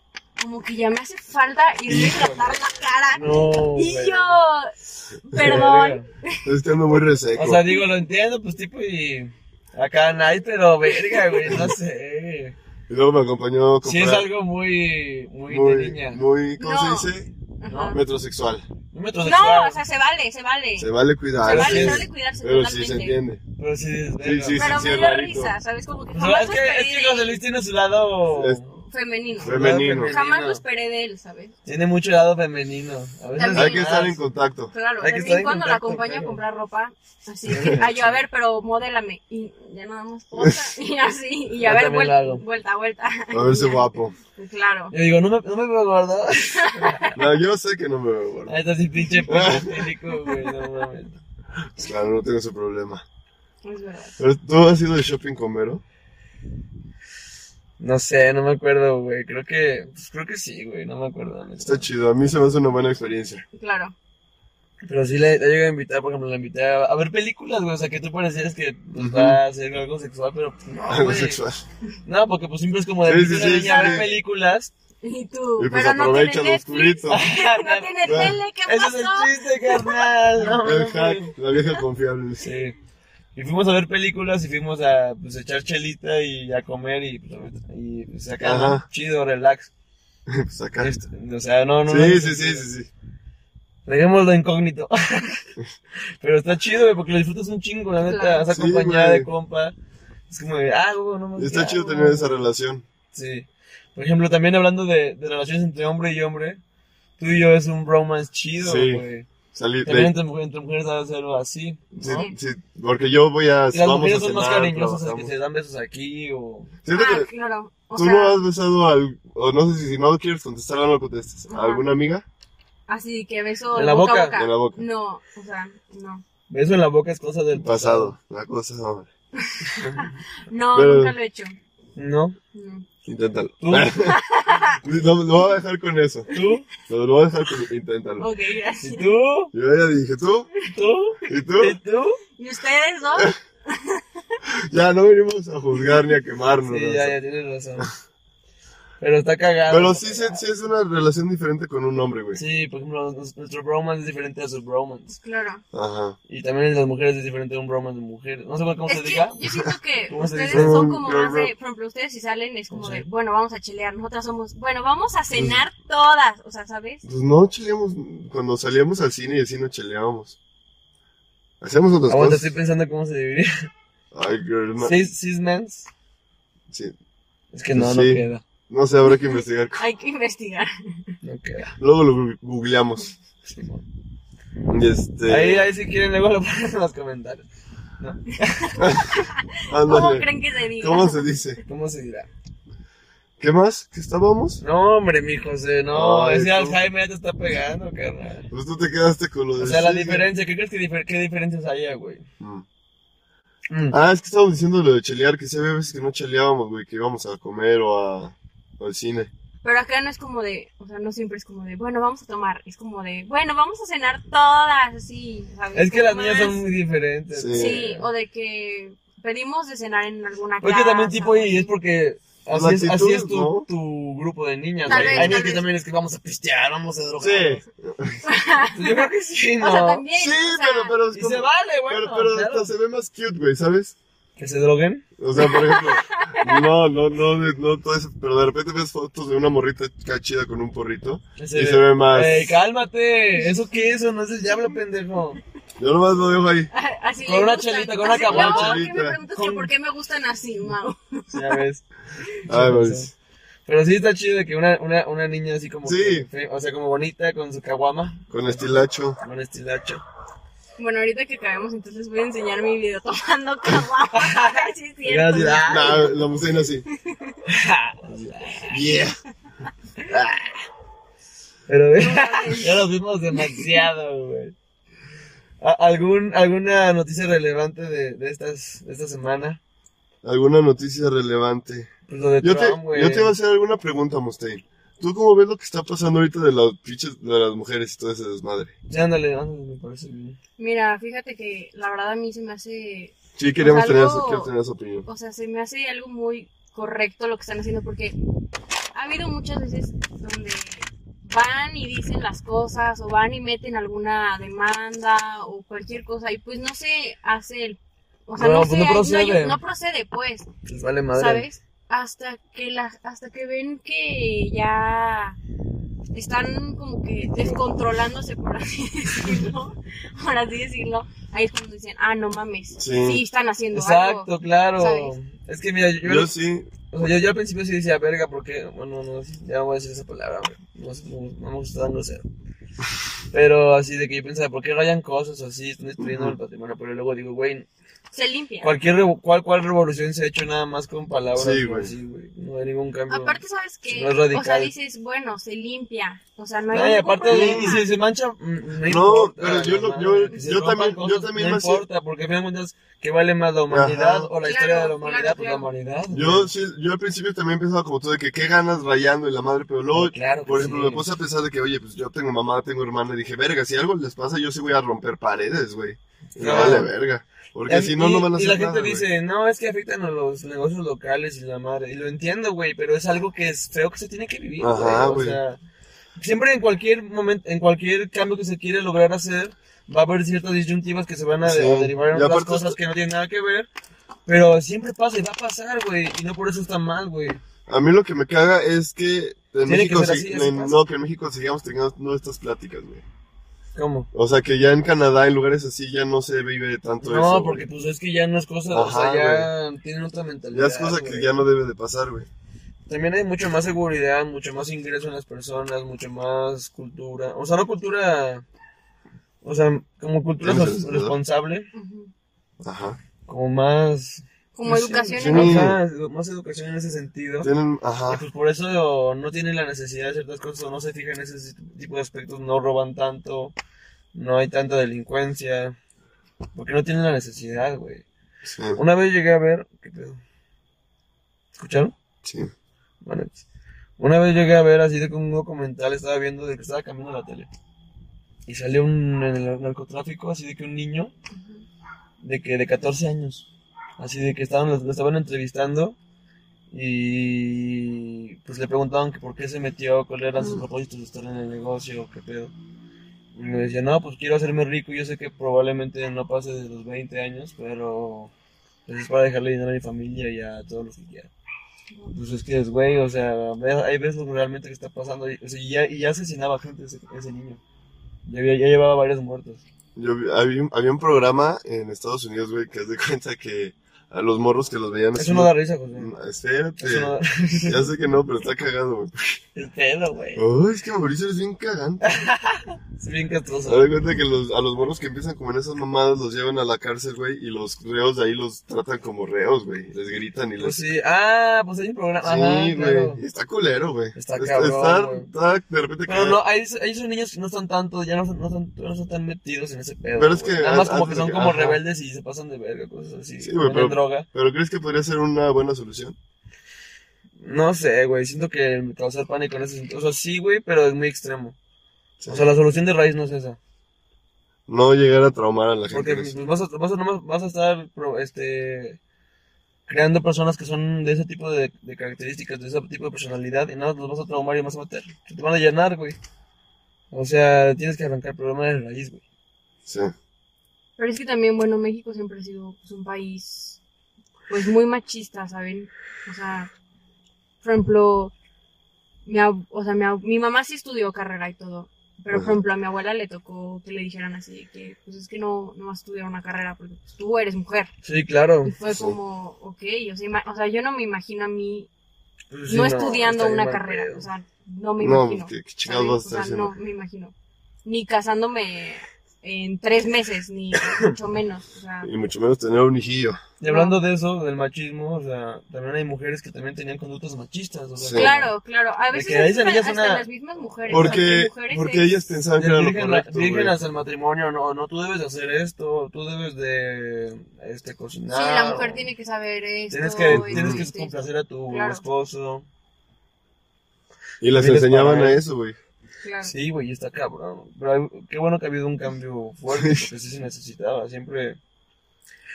[SPEAKER 3] como que ya me hace falta irme a
[SPEAKER 2] Híjole.
[SPEAKER 3] tratar la cara.
[SPEAKER 2] No,
[SPEAKER 3] Ah, y
[SPEAKER 2] güey.
[SPEAKER 3] yo, perdón.
[SPEAKER 1] Es que ando muy reseco.
[SPEAKER 2] O sea, digo, lo entiendo, pues tipo y... Acá nadie, pero verga, güey, no sé.
[SPEAKER 1] y luego me acompañó a comprar.
[SPEAKER 2] Sí es algo muy... muy, de
[SPEAKER 1] muy,
[SPEAKER 2] niña.
[SPEAKER 1] muy, ¿cómo
[SPEAKER 3] No.
[SPEAKER 1] se dice?
[SPEAKER 3] Ajá.
[SPEAKER 1] Metrosexual.
[SPEAKER 2] Un
[SPEAKER 3] No,
[SPEAKER 2] metrosexual.
[SPEAKER 3] o sea, se vale, se vale.
[SPEAKER 1] Se vale
[SPEAKER 3] Se
[SPEAKER 1] cuidar.
[SPEAKER 3] vale,
[SPEAKER 1] sí.
[SPEAKER 3] se vale cuidarse
[SPEAKER 1] Pero sí
[SPEAKER 3] totalmente.
[SPEAKER 1] se entiende.
[SPEAKER 2] Pero sí, es
[SPEAKER 1] Sí, sí,
[SPEAKER 3] Pero
[SPEAKER 1] sí,
[SPEAKER 3] me
[SPEAKER 1] es
[SPEAKER 3] dio
[SPEAKER 1] rarito.
[SPEAKER 3] risa, ¿sabes? Como que
[SPEAKER 2] O sea,
[SPEAKER 3] jamás
[SPEAKER 2] es que,
[SPEAKER 3] me
[SPEAKER 2] es
[SPEAKER 3] perdí
[SPEAKER 2] que
[SPEAKER 3] de-
[SPEAKER 2] José Luis tiene su lado
[SPEAKER 1] Es-
[SPEAKER 3] femenino.
[SPEAKER 1] Femenino.
[SPEAKER 3] Jamás lo esperé de él, ¿sabes?
[SPEAKER 2] Tiene mucho lado femenino. A veces Ah,
[SPEAKER 3] También.
[SPEAKER 1] Hay que
[SPEAKER 2] más.
[SPEAKER 1] estar en contacto.
[SPEAKER 3] Claro,
[SPEAKER 2] Hay que estar
[SPEAKER 3] también
[SPEAKER 2] en
[SPEAKER 3] cuando la
[SPEAKER 2] contacto,
[SPEAKER 3] acompaño a
[SPEAKER 2] claro.
[SPEAKER 3] comprar ropa, así que, ay, yo, a ver, pero modélame, y ya nada más, otra, y así, y a
[SPEAKER 2] Yo
[SPEAKER 3] ver,
[SPEAKER 2] también lo
[SPEAKER 3] vuelta,
[SPEAKER 2] hago.
[SPEAKER 3] vuelta, vuelta.
[SPEAKER 1] A ver si guapo.
[SPEAKER 3] Claro.
[SPEAKER 2] Yo digo, no me, no me veo gordo.
[SPEAKER 1] No, yo sé que no me veo gordo.
[SPEAKER 2] Ah, está así pinche pedotélico, güey, no mames.
[SPEAKER 1] Claro, no tengo ese problema.
[SPEAKER 3] Es verdad.
[SPEAKER 1] Pero, ¿Tú has ido de shopping con Vero?
[SPEAKER 2] No sé, no me acuerdo, güey. Creo que, pues creo que sí, güey, no me acuerdo. la neta.
[SPEAKER 1] Está chido, a mí se me hace una buena experiencia.
[SPEAKER 3] Claro.
[SPEAKER 2] Pero sí le, le llegué a invitar, por ejemplo, la invité a, a ver películas, güey. O sea, que tú parecías que pues,
[SPEAKER 1] Ujú.
[SPEAKER 2] va a ser algo sexual, pero pues,
[SPEAKER 3] Ah,
[SPEAKER 2] no, güey.
[SPEAKER 1] Sexual.
[SPEAKER 2] No, porque pues siempre es como de
[SPEAKER 1] Sí,
[SPEAKER 2] "Pues,
[SPEAKER 1] sí,
[SPEAKER 2] una
[SPEAKER 1] sí,
[SPEAKER 2] niña a
[SPEAKER 1] sí.
[SPEAKER 2] ver películas.
[SPEAKER 3] Y tú,
[SPEAKER 1] Y pues
[SPEAKER 3] pero no tiene
[SPEAKER 1] aprovecha lo
[SPEAKER 3] Netflix,
[SPEAKER 1] oscurito.
[SPEAKER 3] no tiene tele, ¿qué
[SPEAKER 2] Ese es el
[SPEAKER 3] pasó?
[SPEAKER 2] chiste, carnal. No,
[SPEAKER 1] El
[SPEAKER 2] mames.
[SPEAKER 1] hack, la vieja confiable.
[SPEAKER 2] Sí. Y fuimos a ver películas y fuimos a pues, echar chelita y a comer y, pues, y pues, acá, ¿no?
[SPEAKER 1] Ajá.
[SPEAKER 2] chido, relax.
[SPEAKER 1] Pues acá.
[SPEAKER 2] Este, O sea, no, no. no,
[SPEAKER 1] Sí, sí, sí, sí, sí.
[SPEAKER 2] Dejémoslo incógnito. Pero está chido, güey, porque lo disfrutas un chingo, la neta.
[SPEAKER 3] Claro.
[SPEAKER 2] Vas
[SPEAKER 1] Sí,
[SPEAKER 2] acompañada
[SPEAKER 1] güey.
[SPEAKER 2] de compa. Es como de, ah, güey, no mames.
[SPEAKER 1] Está
[SPEAKER 2] ah,
[SPEAKER 1] chido
[SPEAKER 2] güey.
[SPEAKER 1] tener esa relación.
[SPEAKER 2] Sí. Por ejemplo, también hablando de, de relaciones entre hombre y hombre, tú y yo es un romance chido,
[SPEAKER 1] Sí.
[SPEAKER 2] güey.
[SPEAKER 1] Salir.
[SPEAKER 2] También
[SPEAKER 1] de-
[SPEAKER 2] entre, mujer- entre mujeres debe ser algo así. ¿no?
[SPEAKER 1] sí, sí, porque yo voy a.
[SPEAKER 2] Y las
[SPEAKER 1] vamos a
[SPEAKER 2] mujeres son
[SPEAKER 1] cenar,
[SPEAKER 2] más cariñosas, las que
[SPEAKER 1] trabajamos.
[SPEAKER 2] se dan besos aquí o.
[SPEAKER 1] Siento
[SPEAKER 3] Ah,
[SPEAKER 1] que
[SPEAKER 3] claro. O
[SPEAKER 1] tú no
[SPEAKER 3] sea,
[SPEAKER 1] has besado al. O no sé si, si no quieres contestar, no lo contestes. ¿A
[SPEAKER 3] Ajá.
[SPEAKER 1] alguna amiga?
[SPEAKER 3] así que beso
[SPEAKER 2] En la
[SPEAKER 3] boca,
[SPEAKER 2] boca.
[SPEAKER 3] a boca.
[SPEAKER 1] En la boca.
[SPEAKER 3] No, o sea, no.
[SPEAKER 2] Beso en la boca es cosa del
[SPEAKER 1] Pasado. La cosa, hombre.
[SPEAKER 3] No,
[SPEAKER 1] Pero-
[SPEAKER 3] nunca lo he hecho.
[SPEAKER 2] ¿No?
[SPEAKER 3] No.
[SPEAKER 1] Inténtalo.
[SPEAKER 2] ¿Tú?
[SPEAKER 1] lo, lo voy a dejar con eso.
[SPEAKER 2] ¿Tú?
[SPEAKER 1] Lo, lo voy a dejar con. Inténtalo.
[SPEAKER 3] Ok, gracias.
[SPEAKER 2] ¿Y tú?
[SPEAKER 1] Yo ya dije, ¿tú?
[SPEAKER 2] ¿Tú?
[SPEAKER 1] ¿Y tú?
[SPEAKER 2] ¿Y tú?
[SPEAKER 3] ¿Y ustedes dos?
[SPEAKER 1] Ya no venimos a juzgar ni a quemarnos.
[SPEAKER 2] Sí,
[SPEAKER 1] ¿no?
[SPEAKER 2] ya, ya tienes razón. Pero está cagado.
[SPEAKER 1] Pero sí, se- sí es una relación diferente con un hombre, güey.
[SPEAKER 2] Sí, por ejemplo, nos- nuestro bromance es diferente a su bromance.
[SPEAKER 3] Claro.
[SPEAKER 1] Ajá.
[SPEAKER 2] Y también el de las mujeres es diferente a un bromance de mujeres. No sé cómo
[SPEAKER 3] Es
[SPEAKER 2] se
[SPEAKER 3] que
[SPEAKER 2] diga.
[SPEAKER 3] yo siento que
[SPEAKER 2] ¿Cómo se
[SPEAKER 3] ustedes
[SPEAKER 2] dice?
[SPEAKER 3] son como
[SPEAKER 1] Mm,
[SPEAKER 3] más de, por ejemplo, ustedes si salen es como
[SPEAKER 2] Sí.
[SPEAKER 3] de, bueno, vamos a chilear, nosotras somos, bueno, vamos a cenar todas, o sea, ¿sabes?
[SPEAKER 1] Pues no cheleamos. Cuando salíamos al cine y así no cheleábamos. Hacíamos otras
[SPEAKER 2] Aguanta,
[SPEAKER 1] cosas.
[SPEAKER 2] estoy pensando cómo se dividiría.
[SPEAKER 1] Ay, girl, no.
[SPEAKER 2] ¿Seis, seis mens?
[SPEAKER 1] Sí.
[SPEAKER 2] Es que no, no
[SPEAKER 1] Sí.
[SPEAKER 2] queda.
[SPEAKER 1] No sé, habrá que investigar.
[SPEAKER 3] Hay que investigar.
[SPEAKER 2] No queda.
[SPEAKER 1] Luego lo gu- googleamos.
[SPEAKER 2] Simón.
[SPEAKER 1] Y este.
[SPEAKER 2] Ahí, ahí si quieren, luego lo ponen en los comentarios.
[SPEAKER 1] ándale.
[SPEAKER 3] ¿Cómo creen que se diga?
[SPEAKER 1] ¿Cómo se dice?
[SPEAKER 2] ¿Cómo se dirá?
[SPEAKER 1] ¿Qué más? ¿Qué estábamos?
[SPEAKER 2] No, hombre, mi José, no.
[SPEAKER 1] Ay,
[SPEAKER 2] ese
[SPEAKER 1] tú.
[SPEAKER 2] Alzheimer ya te está pegando, carnal.
[SPEAKER 1] Pues tú te quedaste con lo de.
[SPEAKER 2] O sea, la
[SPEAKER 1] cine.
[SPEAKER 2] diferencia, ¿qué crees que difer- qué diferencias haya, güey?
[SPEAKER 1] Mm.
[SPEAKER 2] Mm.
[SPEAKER 1] Ah, es que estábamos diciendo lo de chelear, que sí había veces que no cheleábamos, güey, que íbamos a comer o a. o al cine.
[SPEAKER 3] Pero acá no es como de, o sea, no siempre es como de, bueno, vamos a tomar, es como de, bueno, vamos a cenar todas, así, ¿sabes?
[SPEAKER 2] Es que
[SPEAKER 3] Como
[SPEAKER 2] las niñas
[SPEAKER 3] más-
[SPEAKER 2] son muy diferentes.
[SPEAKER 1] Sí.
[SPEAKER 2] güey.
[SPEAKER 3] Sí, o de que pedimos de cenar en alguna
[SPEAKER 2] Porque
[SPEAKER 3] casa.
[SPEAKER 2] también tipo, y es porque
[SPEAKER 1] La
[SPEAKER 2] así es, así
[SPEAKER 1] Pues actitud,
[SPEAKER 2] es tu,
[SPEAKER 1] ¿no?
[SPEAKER 2] tu grupo de niñas.
[SPEAKER 3] Tal
[SPEAKER 2] güey.
[SPEAKER 3] vez,
[SPEAKER 2] Hay
[SPEAKER 3] tal
[SPEAKER 2] niñas que
[SPEAKER 3] vez.
[SPEAKER 2] también es que vamos a pistear, vamos a drogar. Pues
[SPEAKER 1] Sí.
[SPEAKER 2] Yo creo que sí,
[SPEAKER 3] O sea,
[SPEAKER 2] ¿no?
[SPEAKER 3] también,
[SPEAKER 1] Sí,
[SPEAKER 3] o sea,
[SPEAKER 1] pero, pero es
[SPEAKER 2] Y
[SPEAKER 1] como-
[SPEAKER 2] se vale,
[SPEAKER 1] pero-
[SPEAKER 2] bueno.
[SPEAKER 1] pero
[SPEAKER 2] claro.
[SPEAKER 1] hasta se ve más cute, güey, ¿sabes?
[SPEAKER 2] ¿Que se droguen?
[SPEAKER 1] O sea, por ejemplo, no, no, no, de- no, todo eso, pero de repente ves fotos de una morrita cachida con un porrito
[SPEAKER 2] Que
[SPEAKER 1] y se ve más.
[SPEAKER 2] Ey, cálmate. ¿Eso qué es? Eso no es el diablo, pendejo.
[SPEAKER 1] Yo nomás lo dejo ahí.
[SPEAKER 3] Así
[SPEAKER 2] Con
[SPEAKER 3] le
[SPEAKER 2] una
[SPEAKER 3] gustan.
[SPEAKER 2] chelita, con una
[SPEAKER 3] Así,
[SPEAKER 2] caguama.
[SPEAKER 3] No, ¿qué me
[SPEAKER 1] Chelita.
[SPEAKER 3] preguntas que
[SPEAKER 2] Con-
[SPEAKER 3] por qué me gustan así, Mau?
[SPEAKER 2] Ya ves.
[SPEAKER 1] Ay, pues.
[SPEAKER 2] Pero sí está chido de que una, una, una niña así como.
[SPEAKER 1] Sí.
[SPEAKER 2] que- o sea, como bonita, con su caguama,
[SPEAKER 1] Con estilacho.
[SPEAKER 2] con estilacho.
[SPEAKER 3] Bueno, ahorita que acabemos, entonces voy a enseñar mi video tomando caguama. A ver si es
[SPEAKER 2] Y van a
[SPEAKER 3] cierto.
[SPEAKER 2] decir, "Ah,
[SPEAKER 1] Nah, la musina así. Yeah.
[SPEAKER 2] Pero ya nos vimos demasiado, güey. A- ¿Algún, ¿Alguna noticia relevante de, de, estas, de esta semana?
[SPEAKER 1] ¿Alguna noticia relevante?
[SPEAKER 2] Pues lo de
[SPEAKER 1] Yo te,
[SPEAKER 2] Trump, güey.
[SPEAKER 1] yo te iba a hacer alguna pregunta, Mustaine. ¿Tú cómo ves lo que está pasando ahorita de las pinches- de las mujeres y todo ese desmadre?
[SPEAKER 2] Ya, ándale, ándale, me parece bien.
[SPEAKER 3] Mira, fíjate que la verdad a mí se me hace,
[SPEAKER 1] Sí, queríamos
[SPEAKER 3] Pues algo-
[SPEAKER 1] tener, su- quiero tener su opinión.
[SPEAKER 3] o sea, se me hace algo muy correcto lo que están haciendo porque ha habido muchas veces donde van y dicen las cosas o van y meten alguna demanda o cualquier cosa y pues no se hace el... O sea,
[SPEAKER 2] No,
[SPEAKER 3] no,
[SPEAKER 2] pues no
[SPEAKER 3] se- no
[SPEAKER 2] procede.
[SPEAKER 3] hay- no procede pues.
[SPEAKER 2] Les vale madre.
[SPEAKER 3] ¿Sabes? Hasta que las, hasta que ven que ya están como que descontrolándose por así decirlo, por así decirlo, ahí es cuando dicen, ah no mames,
[SPEAKER 1] Sí.
[SPEAKER 3] sí, están haciendo
[SPEAKER 2] Exacto,
[SPEAKER 3] algo.
[SPEAKER 2] claro.
[SPEAKER 3] ¿Sabes?
[SPEAKER 2] Es que mira, yo,
[SPEAKER 1] Yo sí,
[SPEAKER 2] O sea, yo, yo al principio sí decía, verga, porque, bueno, no, sí, ya no voy a decir esa palabra, güey. No, sé, no, no me gusta tan grosero. Pero así de que yo pensaba, ¿por qué rayan cosas o así? Están destruyendo el patrimonio. Pero luego digo, güey,
[SPEAKER 3] Se limpia.
[SPEAKER 2] cualquier revo- cual, cual revolución se ha hecho nada más con palabras.
[SPEAKER 1] Sí,
[SPEAKER 2] o
[SPEAKER 1] güey.
[SPEAKER 2] así, güey. No hay ningún cambio.
[SPEAKER 3] Aparte, ¿sabes qué?
[SPEAKER 2] No es
[SPEAKER 3] o sea,
[SPEAKER 2] radical.
[SPEAKER 3] dices, bueno, se limpia. O sea, no hay
[SPEAKER 2] No, y
[SPEAKER 3] ningún
[SPEAKER 2] aparte,
[SPEAKER 3] problema.
[SPEAKER 2] y si se mancha, mm, no,
[SPEAKER 1] No,
[SPEAKER 2] importa,
[SPEAKER 1] pero yo
[SPEAKER 2] no
[SPEAKER 1] lo- yo-
[SPEAKER 2] mames, que se
[SPEAKER 1] yo
[SPEAKER 2] rompan
[SPEAKER 1] también- yo
[SPEAKER 2] cosas,
[SPEAKER 1] también
[SPEAKER 2] No
[SPEAKER 1] me hacía-
[SPEAKER 2] importa, porque al final de cuentas, ¿qué vale más la humanidad
[SPEAKER 1] Ajá.
[SPEAKER 2] o la
[SPEAKER 3] Claro,
[SPEAKER 2] historia de la humanidad?
[SPEAKER 3] claro,
[SPEAKER 2] pues
[SPEAKER 3] claro.
[SPEAKER 2] la humanidad.
[SPEAKER 1] Yo, sí, yo al principio también pensaba como tú de que qué ganas rayando y la madre, pero luego,
[SPEAKER 2] Claro que
[SPEAKER 1] por ejemplo,
[SPEAKER 2] sí.
[SPEAKER 1] me puse a pensar de que, oye, pues yo tengo mamá, tengo hermana, y dije, verga, si algo les pasa, yo sí voy a romper paredes, güey. No
[SPEAKER 2] Claro.
[SPEAKER 1] vale verga. Porque
[SPEAKER 2] Y-
[SPEAKER 1] si no, no van a
[SPEAKER 2] y
[SPEAKER 1] hacer
[SPEAKER 2] la gente
[SPEAKER 1] nada, güey.
[SPEAKER 2] dice, no, es que afectan a los negocios locales y la madre. Y lo entiendo, güey, pero es algo que es feo que se tiene que vivir,
[SPEAKER 1] Ajá,
[SPEAKER 2] güey. O
[SPEAKER 1] güey.
[SPEAKER 2] sea, siempre en cualquier momento, en cualquier cambio que se quiere lograr hacer, va a haber ciertas disyuntivas que se van a,
[SPEAKER 1] Sí.
[SPEAKER 2] a derivar
[SPEAKER 1] Y
[SPEAKER 2] en otras
[SPEAKER 1] aparte
[SPEAKER 2] cosas
[SPEAKER 1] está-
[SPEAKER 2] que no tienen nada que ver. Pero siempre pasa y va a pasar, güey. Y no por eso está mal, güey.
[SPEAKER 1] A mí lo que me caga es que en
[SPEAKER 2] Tiene que
[SPEAKER 1] México,
[SPEAKER 2] ser
[SPEAKER 1] sí-
[SPEAKER 2] así, así
[SPEAKER 1] en-
[SPEAKER 2] pasa.
[SPEAKER 1] no, que en México sigamos teniendo estas pláticas, güey.
[SPEAKER 2] ¿Cómo?
[SPEAKER 1] O sea, que ya en Canadá, en lugares así, ya no se vive tanto eso.
[SPEAKER 2] No,
[SPEAKER 1] güey.
[SPEAKER 2] porque pues es que ya no es cosa, o
[SPEAKER 1] Ajá,
[SPEAKER 2] sea, ya tienen otra mentalidad.
[SPEAKER 1] Ya es cosa que
[SPEAKER 2] güey.
[SPEAKER 1] ya no debe de pasar, güey.
[SPEAKER 2] También hay mucho más seguridad, mucho más ingreso en las personas, mucho más cultura. O sea, no cultura. O sea, como cultura
[SPEAKER 1] Tienes
[SPEAKER 2] sos-
[SPEAKER 1] razón.
[SPEAKER 2] responsable,
[SPEAKER 3] Ujú.
[SPEAKER 1] Ajá.
[SPEAKER 2] como más.
[SPEAKER 3] Como
[SPEAKER 2] no sé,
[SPEAKER 3] educación
[SPEAKER 1] sí.
[SPEAKER 3] en el-
[SPEAKER 2] ajá, edu- más educación en ese sentido.
[SPEAKER 1] Tienen,
[SPEAKER 2] Y
[SPEAKER 1] ajá.
[SPEAKER 2] pues por eso no tienen la necesidad de ciertas cosas, o no se fijan en ese tipo de aspectos, no roban tanto, no hay tanta delincuencia. Porque no tienen la necesidad, güey.
[SPEAKER 1] Sí,
[SPEAKER 2] Una vez llegué a ver. ¿Qué pedo? ¿Escucharon?
[SPEAKER 1] sí.
[SPEAKER 2] Bueno, pues, una vez llegué a ver así de como un documental, estaba viendo de que estaba cambiando la tele. Y salió un en el narcotráfico, así de que un niño
[SPEAKER 3] Ujú.
[SPEAKER 2] de que de 14 años, así de que estaban lo estaban entrevistando y pues le preguntaban que por qué se metió, cuál eran sus
[SPEAKER 3] Mm.
[SPEAKER 2] propósitos de estar en el negocio, qué pedo. Y me decía, "No, pues quiero hacerme rico, yo sé que probablemente no pase de los 20 años, pero pues es para dejarle dinero a mi familia y a todos los que quiera." Pues es que es güey, o sea, ve- ahí ves lo que realmente que está pasando. Y, o sea, y ya, y ya asesinaba gente ese, ese niño. Ya, había- ya llevaba varios muertos.
[SPEAKER 1] Yo vi- había, un- había un programa en Estados Unidos, güey, que haz de cuenta que a los morros que los veían
[SPEAKER 2] Eso
[SPEAKER 1] así-
[SPEAKER 2] no da risa, José.
[SPEAKER 1] Mm, Espérate.
[SPEAKER 2] Eso no da
[SPEAKER 1] Ya sé que no, pero está cagado, güey.
[SPEAKER 2] El pedo, güey.
[SPEAKER 1] Oh, es que Mauricio es bien cagante.
[SPEAKER 2] Es bien
[SPEAKER 1] Haz
[SPEAKER 2] castroso.
[SPEAKER 1] de cuenta que los, a los morros que empiezan como en esas mamadas los llevan a la cárcel, güey, y los reos de ahí los tratan como reos, güey. Les gritan y
[SPEAKER 2] Pues
[SPEAKER 1] les...
[SPEAKER 2] sí. Ah, pues hay un programa. Ajá,
[SPEAKER 1] Sí, güey.
[SPEAKER 2] claro.
[SPEAKER 1] Y Está culero, güey.
[SPEAKER 2] Está
[SPEAKER 1] Es-
[SPEAKER 2] cabrón,
[SPEAKER 1] está-
[SPEAKER 2] güey.
[SPEAKER 1] está de repente
[SPEAKER 2] Pero no, ahí, es- ahí esos niños que no están tanto, ya no, están- no, están, no están tan metidos en ese pedo.
[SPEAKER 1] Pero es
[SPEAKER 2] güey.
[SPEAKER 1] que
[SPEAKER 2] Nada más
[SPEAKER 1] an-
[SPEAKER 2] como que
[SPEAKER 1] antes
[SPEAKER 2] son
[SPEAKER 1] de que-
[SPEAKER 2] como
[SPEAKER 1] ajá.
[SPEAKER 2] rebeldes y se pasan de verga, cosas así.
[SPEAKER 1] Sí, güey,
[SPEAKER 2] Venden
[SPEAKER 1] pero-
[SPEAKER 2] droga.
[SPEAKER 1] ¿Pero crees que podría ser una buena solución?
[SPEAKER 2] No sé, güey. Siento que causar pánico en ese sentido. O sea, sí, güey, pero es muy extremo.
[SPEAKER 1] Sí.
[SPEAKER 2] O sea, la solución de raíz no es esa.
[SPEAKER 1] No llegar a traumar a la gente.
[SPEAKER 2] Porque
[SPEAKER 1] con
[SPEAKER 2] pues,
[SPEAKER 1] eso.
[SPEAKER 2] vas a, vas a, nomás- vas a estar pro- este, creando personas que son de ese tipo de, de características, de ese tipo de personalidad, y nada, los vas a traumar y vas a matar. Se te van a llenar, güey. O sea, tienes que arrancar el problema de raíz, güey.
[SPEAKER 1] Sí.
[SPEAKER 3] Pero es que también, bueno, México siempre ha sido pues, un país pues muy machista, ¿saben? O sea, por ejemplo, mi, ab- o sea, mi, ab- mi mamá sí estudió carrera y todo, pero por
[SPEAKER 1] Ajá.
[SPEAKER 3] ejemplo a mi abuela le tocó que le dijeran así, que pues es que no, no vas a estudiar una carrera porque pues, tú eres mujer.
[SPEAKER 2] Sí, claro.
[SPEAKER 3] Y fue
[SPEAKER 1] Sí.
[SPEAKER 3] como, ok, o sea, ima- o sea, yo no me imagino a mí
[SPEAKER 2] Pues, sí,
[SPEAKER 3] no estudiando
[SPEAKER 2] está bien
[SPEAKER 3] una
[SPEAKER 2] mal
[SPEAKER 3] carrera,
[SPEAKER 2] pedo.
[SPEAKER 3] o sea, no me
[SPEAKER 1] No,
[SPEAKER 3] imagino.
[SPEAKER 1] pues, ¿qué, qué chingados
[SPEAKER 3] ¿saben?
[SPEAKER 1] vas a
[SPEAKER 3] O
[SPEAKER 1] estar
[SPEAKER 3] sea,
[SPEAKER 1] haciendo?
[SPEAKER 3] no, me imagino. Ni casándome en tres meses, ni mucho menos. O sea,
[SPEAKER 1] Y mucho menos tener un hijillo.
[SPEAKER 2] Y hablando de eso, del machismo, o sea, también hay mujeres que también tenían conductas machistas. O sea,
[SPEAKER 1] Sí.
[SPEAKER 3] claro, claro. A
[SPEAKER 2] De
[SPEAKER 3] veces
[SPEAKER 2] que ahí se
[SPEAKER 3] hasta,
[SPEAKER 2] veía
[SPEAKER 3] hasta
[SPEAKER 2] una-
[SPEAKER 3] las mismas mujeres.
[SPEAKER 1] Porque, porque
[SPEAKER 3] ellas
[SPEAKER 1] ellas pensaban que
[SPEAKER 2] de
[SPEAKER 1] era lo
[SPEAKER 2] virgen,
[SPEAKER 1] correcto,
[SPEAKER 2] virgen
[SPEAKER 1] güey.
[SPEAKER 2] hasta el matrimonio, no, no, tú debes de hacer esto, tú debes de este, cocinar.
[SPEAKER 3] Sí, la mujer
[SPEAKER 2] o-
[SPEAKER 3] tiene que saber esto. este,
[SPEAKER 2] Tienes que,
[SPEAKER 3] esto,
[SPEAKER 2] tienes que
[SPEAKER 3] esto, esto.
[SPEAKER 2] complacer a tu
[SPEAKER 3] Claro.
[SPEAKER 2] esposo.
[SPEAKER 1] Y las
[SPEAKER 2] Miles
[SPEAKER 1] enseñaban
[SPEAKER 2] para
[SPEAKER 1] a
[SPEAKER 2] él.
[SPEAKER 1] eso, güey.
[SPEAKER 3] Claro.
[SPEAKER 2] Sí, güey, está cabrón. Pero hay- qué bueno que ha habido un cambio fuerte, porque sí se necesitaba. Siempre.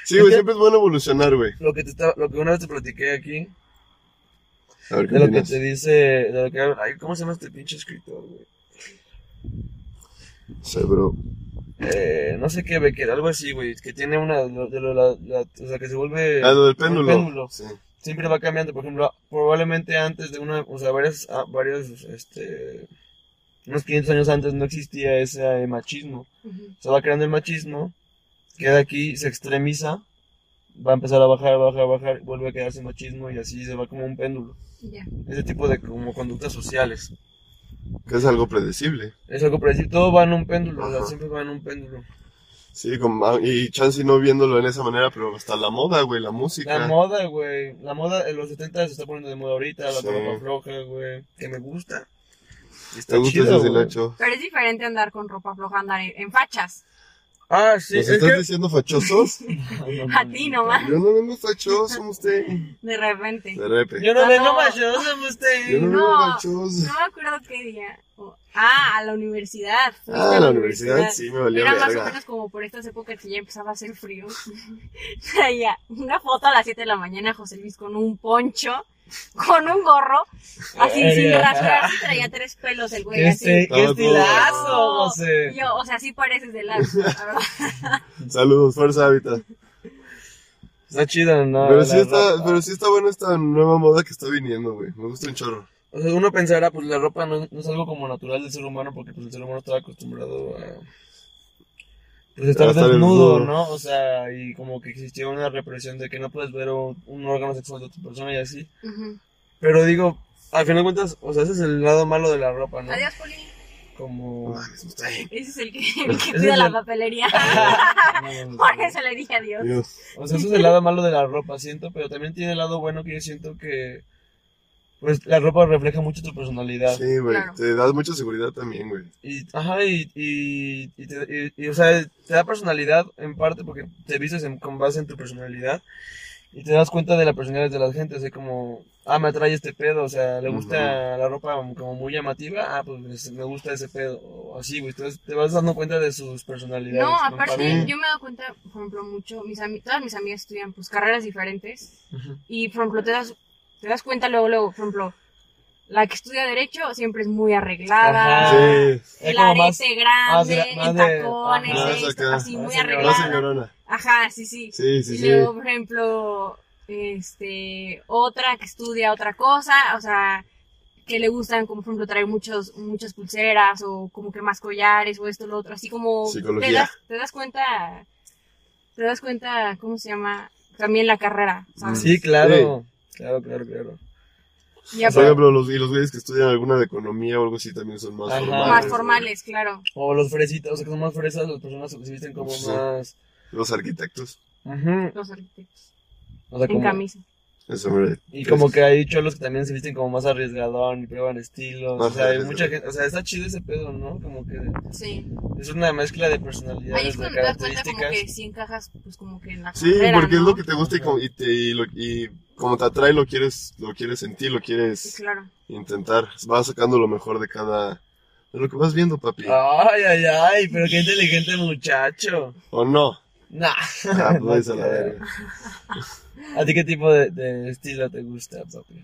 [SPEAKER 1] Sí,
[SPEAKER 2] Es
[SPEAKER 1] güey,
[SPEAKER 2] que-
[SPEAKER 1] siempre es bueno evolucionar, güey.
[SPEAKER 2] Lo que, te estaba- lo que una vez te platiqué aquí,
[SPEAKER 1] A ver
[SPEAKER 2] de
[SPEAKER 1] qué
[SPEAKER 2] lo que
[SPEAKER 1] opinas.
[SPEAKER 2] te dice. De lo que, ay, ¿Cómo se llama este pinche escritor, güey?
[SPEAKER 1] Sí, bro.
[SPEAKER 2] Eh, no sé qué, Becker, algo así, güey. Que tiene una. lo- de lo- la, la- o sea, que se vuelve.
[SPEAKER 1] Ah, lo del
[SPEAKER 2] como el
[SPEAKER 1] péndulo.
[SPEAKER 2] péndulo.
[SPEAKER 1] Sí.
[SPEAKER 2] Siempre va cambiando. Por ejemplo, probablemente antes de una. O sea, varios. ah, varios este, unos 500 años antes no existía ese eh, machismo.
[SPEAKER 3] Ujú.
[SPEAKER 2] se va creando el machismo, queda aquí, se extremiza, va a empezar a bajar, bajar, bajar, vuelve a quedarse machismo y así se va como un péndulo.
[SPEAKER 3] Ya.
[SPEAKER 2] Ese tipo de como conductas sociales.
[SPEAKER 1] Que es algo predecible.
[SPEAKER 2] Es algo para decir, todo va en un péndulo, o sea,
[SPEAKER 1] Ajá.
[SPEAKER 2] siempre va en un péndulo.
[SPEAKER 1] Sí, como- ah, y Chansey no viéndolo en esa manera, pero hasta la moda, güey, la música.
[SPEAKER 2] La moda, güey. La moda en los 70 se está poniendo de moda ahorita, la
[SPEAKER 1] Sí.
[SPEAKER 2] ropa floja, güey. Que me gusta. Y
[SPEAKER 1] ¿Te
[SPEAKER 2] Está
[SPEAKER 1] gusta
[SPEAKER 2] chido,
[SPEAKER 1] ese
[SPEAKER 2] güey.
[SPEAKER 1] silacho?
[SPEAKER 3] Pero es diferente andar con ropa floja, andar en, en fachas.
[SPEAKER 2] Ah, sí,
[SPEAKER 1] ¿Nos
[SPEAKER 2] es
[SPEAKER 1] estás
[SPEAKER 2] que...
[SPEAKER 1] diciendo fachosos?
[SPEAKER 2] Mm,
[SPEAKER 3] A ti nomás,
[SPEAKER 1] Yo no vengo fachoso, usted.
[SPEAKER 3] de repente.
[SPEAKER 1] De repe.
[SPEAKER 2] Yo no
[SPEAKER 3] Ah,
[SPEAKER 2] me
[SPEAKER 3] no.
[SPEAKER 2] no macho,
[SPEAKER 1] Yo no
[SPEAKER 2] usted.
[SPEAKER 1] vengo
[SPEAKER 3] No.
[SPEAKER 1] fachoso.
[SPEAKER 3] No me acuerdo qué día. O- ah, a la universidad. Fuiste
[SPEAKER 1] Ah, la universidad sí me valió
[SPEAKER 3] Era más o
[SPEAKER 1] verga.
[SPEAKER 3] menos como por estas épocas que ya empezaba a hacer frío. Traía una foto a las 7 de la mañana, José Luis, con un poncho, con un gorro, así sin
[SPEAKER 2] Verga.
[SPEAKER 3] rasgar, y traía tres pelos el güey,
[SPEAKER 2] Qué, este,
[SPEAKER 3] así.
[SPEAKER 2] qué
[SPEAKER 1] No,
[SPEAKER 2] estilazo,
[SPEAKER 3] no.
[SPEAKER 2] José.
[SPEAKER 3] Y yo, o sea, sí pareces de lado, la verdad.
[SPEAKER 1] Saludos, fuerza hábitat.
[SPEAKER 2] Está chido, ¿no?
[SPEAKER 1] Pero
[SPEAKER 2] La
[SPEAKER 1] sí está,
[SPEAKER 2] ropa.
[SPEAKER 1] pero sí está buena esta nueva moda que está viniendo, güey. Me gusta un chorro.
[SPEAKER 2] O sea, uno pensará, pues la ropa no, no es algo como natural del ser humano, porque pues el ser humano estaba acostumbrado a... Pues estar
[SPEAKER 1] A estar
[SPEAKER 2] desnudo,
[SPEAKER 1] desnudo.
[SPEAKER 2] ¿no? O sea, y como que existía una represión de que no puedes ver un, un órgano sexual de otra persona y así.
[SPEAKER 3] Ujú.
[SPEAKER 2] Pero digo, al final de cuentas, o sea, ese es el lado malo de la ropa, ¿no?
[SPEAKER 3] Adiós, Poli.
[SPEAKER 1] No
[SPEAKER 2] Como...
[SPEAKER 1] mames, me está bien.
[SPEAKER 3] Ese es el que, el que
[SPEAKER 2] Ese
[SPEAKER 3] cuida
[SPEAKER 2] es
[SPEAKER 3] la
[SPEAKER 2] el-
[SPEAKER 3] papelería.
[SPEAKER 2] No,
[SPEAKER 3] Por eso le dije adiós.
[SPEAKER 1] Dios.
[SPEAKER 2] O sea, eso es el lado malo de la ropa, siento, pero también tiene el lado bueno que yo siento que... Pues la ropa refleja mucho tu personalidad.
[SPEAKER 1] Sí, güey.
[SPEAKER 3] Claro.
[SPEAKER 1] Te das mucha seguridad también, güey.
[SPEAKER 2] Y, ajá, y, y, y te, y- y, o sea, te da personalidad en parte porque te vistes en- con base en tu personalidad y te das cuenta de la personalidad de la gente, así como, ah, me atrae este pedo, o sea, le gusta la ropa como muy llamativa, ah, pues es- me gusta ese pedo, o así, güey, entonces te vas dando cuenta de sus personalidades.
[SPEAKER 3] No,
[SPEAKER 2] ¿no?
[SPEAKER 3] aparte,
[SPEAKER 2] También.
[SPEAKER 3] yo me he dado cuenta, por ejemplo, mucho, mis ami- todas mis amigas estudian pues carreras diferentes.
[SPEAKER 2] Ujú.
[SPEAKER 3] Y, por ejemplo, te das, te das cuenta luego, luego, por ejemplo, la que estudia Derecho siempre es muy
[SPEAKER 2] Ah.
[SPEAKER 3] arreglada.
[SPEAKER 1] Sí.
[SPEAKER 2] Es
[SPEAKER 3] El
[SPEAKER 2] como
[SPEAKER 3] arete
[SPEAKER 2] más- más
[SPEAKER 3] grande,
[SPEAKER 2] de- más
[SPEAKER 3] en
[SPEAKER 2] de- ah,
[SPEAKER 3] tacones,
[SPEAKER 2] ajá.
[SPEAKER 1] Más
[SPEAKER 3] esto,
[SPEAKER 1] acá.
[SPEAKER 3] así
[SPEAKER 2] Más
[SPEAKER 3] muy
[SPEAKER 1] Más
[SPEAKER 2] señora.
[SPEAKER 3] arreglada.
[SPEAKER 1] señorona.
[SPEAKER 3] Ajá, sí, sí.
[SPEAKER 1] Sí,
[SPEAKER 3] y
[SPEAKER 1] sí, sí.
[SPEAKER 3] luego, por ejemplo, este, otra que estudia otra cosa, o sea, que le gustan, como por ejemplo, traer muchos, muchas pulseras o como que más collares o esto, lo otro, así como
[SPEAKER 1] Psicología.
[SPEAKER 3] te das, te das cuenta, te das cuenta, ¿cómo se llama? También la carrera,
[SPEAKER 1] Mm.
[SPEAKER 3] ¿sabes?
[SPEAKER 2] Sí, claro, claro, claro, claro.
[SPEAKER 3] Y
[SPEAKER 1] Por
[SPEAKER 3] aparte,
[SPEAKER 1] ejemplo, los, y los güeyes que estudian alguna de economía o algo así también son más
[SPEAKER 2] Ajá.
[SPEAKER 1] formales.
[SPEAKER 3] más
[SPEAKER 1] güey.
[SPEAKER 3] formales, claro.
[SPEAKER 2] O los fresitas, o sea, que son más fresas, las personas se visten como
[SPEAKER 1] Sí.
[SPEAKER 2] más...
[SPEAKER 1] Los arquitectos.
[SPEAKER 2] Ujú.
[SPEAKER 3] Los arquitectos.
[SPEAKER 2] O sea,
[SPEAKER 3] en
[SPEAKER 2] como-
[SPEAKER 3] camisa.
[SPEAKER 1] Eso, hombre.
[SPEAKER 2] Y como que hay cholos que también se visten como más arriesgadón y prueban estilos.
[SPEAKER 1] Más
[SPEAKER 2] o sea, hay
[SPEAKER 1] arriesgado.
[SPEAKER 2] mucha gente. O sea, está chido ese pedo, ¿no? Como que
[SPEAKER 3] Sí.
[SPEAKER 2] es una mezcla de
[SPEAKER 3] Ahí es
[SPEAKER 2] personalidades, de
[SPEAKER 3] cuando te das cuenta como
[SPEAKER 2] características.
[SPEAKER 3] que si encajas, pues como que en la
[SPEAKER 1] Sí,
[SPEAKER 3] carrera,
[SPEAKER 1] porque es
[SPEAKER 3] ¿no?
[SPEAKER 1] lo que te gusta y, como, y, te- y lo- y como te atrae lo quieres, lo quieres sentir, lo
[SPEAKER 3] Sí,
[SPEAKER 1] quieres
[SPEAKER 3] Claro.
[SPEAKER 1] intentar. Vas sacando lo mejor de cada... De lo que vas viendo, papi.
[SPEAKER 2] Ay, ay, ay, pero qué inteligente muchacho.
[SPEAKER 1] ¿O no?
[SPEAKER 2] Nah.
[SPEAKER 1] Ah, pues
[SPEAKER 2] No
[SPEAKER 1] váyase a la
[SPEAKER 2] creo.
[SPEAKER 1] verga.
[SPEAKER 2] ¿A ti qué tipo de, de estilo te gusta, papi?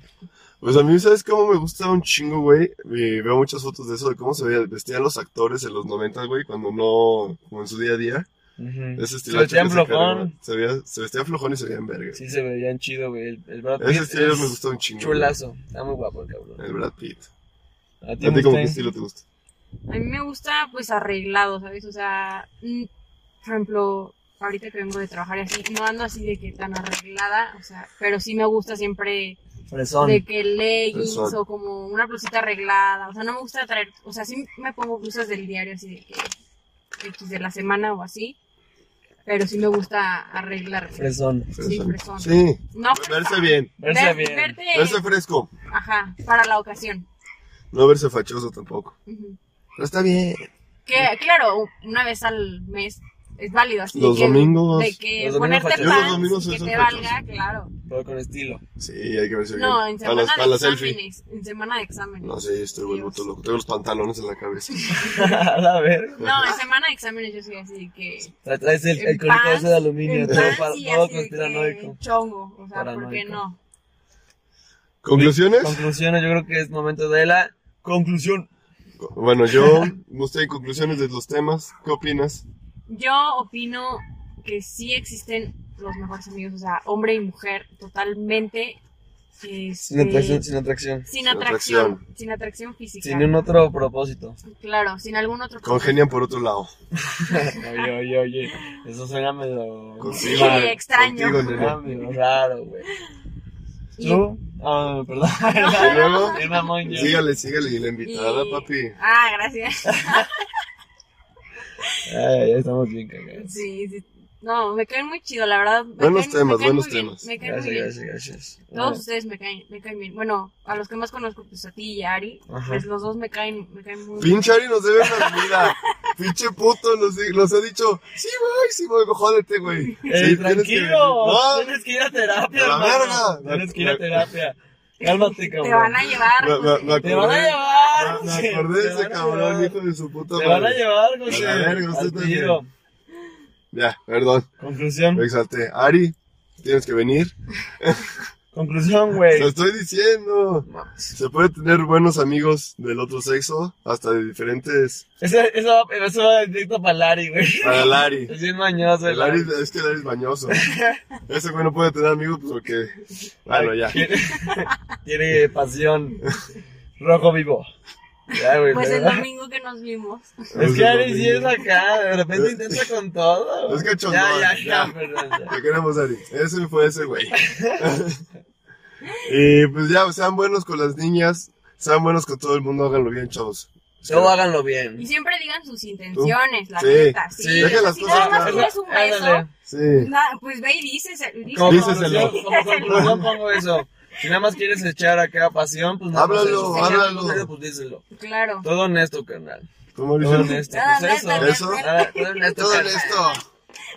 [SPEAKER 1] Pues a mí, ¿sabes cómo me gusta un chingo, güey? Eh, veo muchas fotos de eso, de cómo se veía- vestían los actores en los 90, güey, cuando no... Como en su día a día.
[SPEAKER 2] Ujú.
[SPEAKER 1] Ese
[SPEAKER 2] Se
[SPEAKER 1] estilo
[SPEAKER 2] vestían flojón.
[SPEAKER 1] Se, veía- se vestían flojón y se veían verga.
[SPEAKER 2] Sí, se veían chido, güey. El, el Brad Pitt
[SPEAKER 1] Ese estilo
[SPEAKER 2] es
[SPEAKER 1] me gusta un chingo. güey.
[SPEAKER 2] Chulazo. Está muy guapo el cabrón.
[SPEAKER 1] El Brad Pitt.
[SPEAKER 2] ¿A ti,
[SPEAKER 1] ¿A ti como qué
[SPEAKER 2] Mustang?
[SPEAKER 1] estilo te gusta?
[SPEAKER 3] A mí me gusta, pues, arreglado, ¿sabes? O sea, mm, por ejemplo, ahorita que vengo de trabajar y así, no ando así de que tan arreglada, o sea, pero sí me gusta siempre
[SPEAKER 2] Fresón.
[SPEAKER 3] de que leggings
[SPEAKER 1] Eso.
[SPEAKER 3] o como una blusita arreglada, o sea, no me gusta traer, o sea, sí me pongo blusas del diario así de que X de la semana o así, pero sí me gusta arreglarme.
[SPEAKER 2] Fresón.
[SPEAKER 3] Sí, fresón.
[SPEAKER 1] Sí,
[SPEAKER 3] No,
[SPEAKER 1] pues, verse bien,
[SPEAKER 2] Verse
[SPEAKER 3] ver-
[SPEAKER 2] bien.
[SPEAKER 3] verte,
[SPEAKER 1] verse fresco,
[SPEAKER 3] ajá, para la ocasión.
[SPEAKER 1] no verse fachoso tampoco.
[SPEAKER 3] Ujú.
[SPEAKER 1] Pero está bien.
[SPEAKER 3] Que, claro, una vez al mes es válido. Así
[SPEAKER 1] Los
[SPEAKER 3] que,
[SPEAKER 1] domingos.
[SPEAKER 3] De que
[SPEAKER 2] Los domingos
[SPEAKER 3] ponerte
[SPEAKER 2] fachosos.
[SPEAKER 1] Yo los
[SPEAKER 3] pants
[SPEAKER 1] domingos
[SPEAKER 3] y que
[SPEAKER 1] soy
[SPEAKER 3] te
[SPEAKER 1] fachoso.
[SPEAKER 3] valga, claro.
[SPEAKER 2] Pero con estilo.
[SPEAKER 1] Sí, hay que verse bien.
[SPEAKER 3] No, en
[SPEAKER 1] Para
[SPEAKER 3] semana
[SPEAKER 1] las- para
[SPEAKER 3] de
[SPEAKER 1] la selfie.
[SPEAKER 3] exámenes. En semana de exámenes.
[SPEAKER 1] No sé, estoy vuelto loco. Tengo los pantalones en la cabeza.
[SPEAKER 2] a la verga.
[SPEAKER 3] No, en semana de exámenes yo soy así de que...
[SPEAKER 2] Tra- Traes el, el
[SPEAKER 3] en
[SPEAKER 2] colito
[SPEAKER 3] pants,
[SPEAKER 2] ese de aluminio,
[SPEAKER 3] en
[SPEAKER 2] todo,
[SPEAKER 3] pants
[SPEAKER 2] pa-
[SPEAKER 3] y
[SPEAKER 2] todo
[SPEAKER 3] así de
[SPEAKER 2] conspiranoico.
[SPEAKER 3] que Chongo, o sea, ¿por qué
[SPEAKER 2] Paranoico.
[SPEAKER 3] no?
[SPEAKER 1] ¿Conclusiones?
[SPEAKER 2] Conclusiones, yo creo que es momento de la conclusión.
[SPEAKER 1] Bueno, yo, usted en conclusiones de los temas, ¿qué opinas?
[SPEAKER 3] Yo opino que sí existen los mejores amigos, o sea, hombre y mujer, totalmente.
[SPEAKER 2] Sin
[SPEAKER 3] este,
[SPEAKER 2] atracción, sin atracción.
[SPEAKER 3] sin
[SPEAKER 1] Sin
[SPEAKER 3] atracción,
[SPEAKER 1] atracción.
[SPEAKER 3] sin atracción física.
[SPEAKER 2] Sin un otro propósito.
[SPEAKER 3] Claro, sin algún otro
[SPEAKER 1] Congenian por otro lado.
[SPEAKER 2] Oye, oye, oye. Eso suena medio.
[SPEAKER 3] Sí,
[SPEAKER 1] Contigo, eh,
[SPEAKER 3] extraño.
[SPEAKER 1] contigo,
[SPEAKER 2] Suena
[SPEAKER 1] nene.
[SPEAKER 2] medio raro, güey.
[SPEAKER 3] Y-
[SPEAKER 2] ¿Tú? Ah, perdón.
[SPEAKER 1] Y luego,
[SPEAKER 2] Qué mamón yo.
[SPEAKER 1] sígale, sígale. Y la invitada,
[SPEAKER 3] y-
[SPEAKER 1] papi.
[SPEAKER 3] Ah, gracias.
[SPEAKER 2] Ay, ya estamos bien cagados.
[SPEAKER 3] Sí, sí. No, me caen muy chido, la verdad. Me
[SPEAKER 1] Buenos
[SPEAKER 3] caen-
[SPEAKER 1] temas,
[SPEAKER 3] me caen
[SPEAKER 1] buenos
[SPEAKER 3] muy bien,
[SPEAKER 1] temas.
[SPEAKER 3] me caen muy
[SPEAKER 2] Gracias,
[SPEAKER 3] bien.
[SPEAKER 2] gracias, gracias.
[SPEAKER 3] Todos ustedes me caen, me caen bien. Bueno, a los que más conozco, pues a ti y a Ari,
[SPEAKER 2] Ajá.
[SPEAKER 3] pues los dos me caen, me caen muy bien.
[SPEAKER 1] Pinche Ari nos debe una vida. Pinche puto nos, di- nos ha dicho, sí voy, sí voy, jódete, güey. Sí,
[SPEAKER 2] Ey,
[SPEAKER 1] tienes que-
[SPEAKER 2] tranquilo.
[SPEAKER 1] No,
[SPEAKER 2] Tienes que ir a terapia,
[SPEAKER 1] A la
[SPEAKER 2] hermano.
[SPEAKER 1] verga.
[SPEAKER 2] Tienes que ir a terapia. Cálmate, cabrón.
[SPEAKER 3] Te van a llevar.
[SPEAKER 1] Me- me- me
[SPEAKER 3] José.
[SPEAKER 2] Te van a
[SPEAKER 1] acordé-
[SPEAKER 2] llevar.
[SPEAKER 1] Me, me
[SPEAKER 2] José.
[SPEAKER 1] acordé de
[SPEAKER 2] Te
[SPEAKER 1] ese
[SPEAKER 2] van a
[SPEAKER 1] cabrón,
[SPEAKER 2] llevar.
[SPEAKER 1] hijo de su puta
[SPEAKER 2] Te van a
[SPEAKER 1] madre.
[SPEAKER 2] llevar, José.
[SPEAKER 1] A la verga, usted
[SPEAKER 2] Al
[SPEAKER 1] también.
[SPEAKER 2] tiro.
[SPEAKER 1] Ya, perdón, me
[SPEAKER 2] Conclusión.
[SPEAKER 1] exalté. Ari, tienes que venir.
[SPEAKER 2] Conclusión, güey.
[SPEAKER 1] Te estoy diciendo. Se puede tener buenos amigos del otro sexo, hasta de diferentes.
[SPEAKER 2] Eso, eso, va- eso va directo para Lari, güey.
[SPEAKER 1] Para el Ari.
[SPEAKER 2] Es bien mañoso,
[SPEAKER 1] El Ari es que el Ari es bañoso. Ese güey no puede tener amigos, pues porque. Bueno, ya.
[SPEAKER 2] Quiere, quiere pasión. Rojo vivo. Ya, güey.
[SPEAKER 3] Pues el
[SPEAKER 2] ¿verdad?
[SPEAKER 3] domingo que nos vimos.
[SPEAKER 2] Es que Ari sí es acá, de repente intenta con todo. güey.
[SPEAKER 1] Es cachondón,
[SPEAKER 2] Ya, ya,
[SPEAKER 1] ya.
[SPEAKER 2] ya, perdón. ya.
[SPEAKER 1] Te queremos, Ari. Ese fue ese güey. y pues ya, sean buenos con las niñas, sean buenos con todo el mundo, háganlo bien, chavos.
[SPEAKER 2] Todo háganlo bien.
[SPEAKER 3] Y siempre digan sus intenciones, la
[SPEAKER 1] Sí,
[SPEAKER 3] neta. Sí,
[SPEAKER 2] sí.
[SPEAKER 3] O
[SPEAKER 2] Deja
[SPEAKER 3] sea,
[SPEAKER 1] las
[SPEAKER 3] si
[SPEAKER 1] cosas
[SPEAKER 3] nada más
[SPEAKER 1] claras.
[SPEAKER 3] quieres un beso,
[SPEAKER 2] Ándale.
[SPEAKER 1] Sí.
[SPEAKER 3] na- pues ve y dices, dices
[SPEAKER 2] Como
[SPEAKER 1] Díselo.
[SPEAKER 2] conclusión, como conclusión pongo eso. Si nada más quieres echar acá pasión, pues nada más
[SPEAKER 1] Háblalo,
[SPEAKER 2] eso. Si nada más
[SPEAKER 1] háblalo.
[SPEAKER 2] no sale, Pues díselo.
[SPEAKER 3] claro.
[SPEAKER 2] Todo honesto, carnal.
[SPEAKER 1] ¿Cómo
[SPEAKER 2] Todo
[SPEAKER 1] dices?
[SPEAKER 2] honesto.
[SPEAKER 3] Nada,
[SPEAKER 2] Pues eso.
[SPEAKER 3] neta,
[SPEAKER 1] Eso.
[SPEAKER 3] neta.
[SPEAKER 2] Nada, todo honesto.
[SPEAKER 1] Todo
[SPEAKER 2] carnal.
[SPEAKER 1] esto.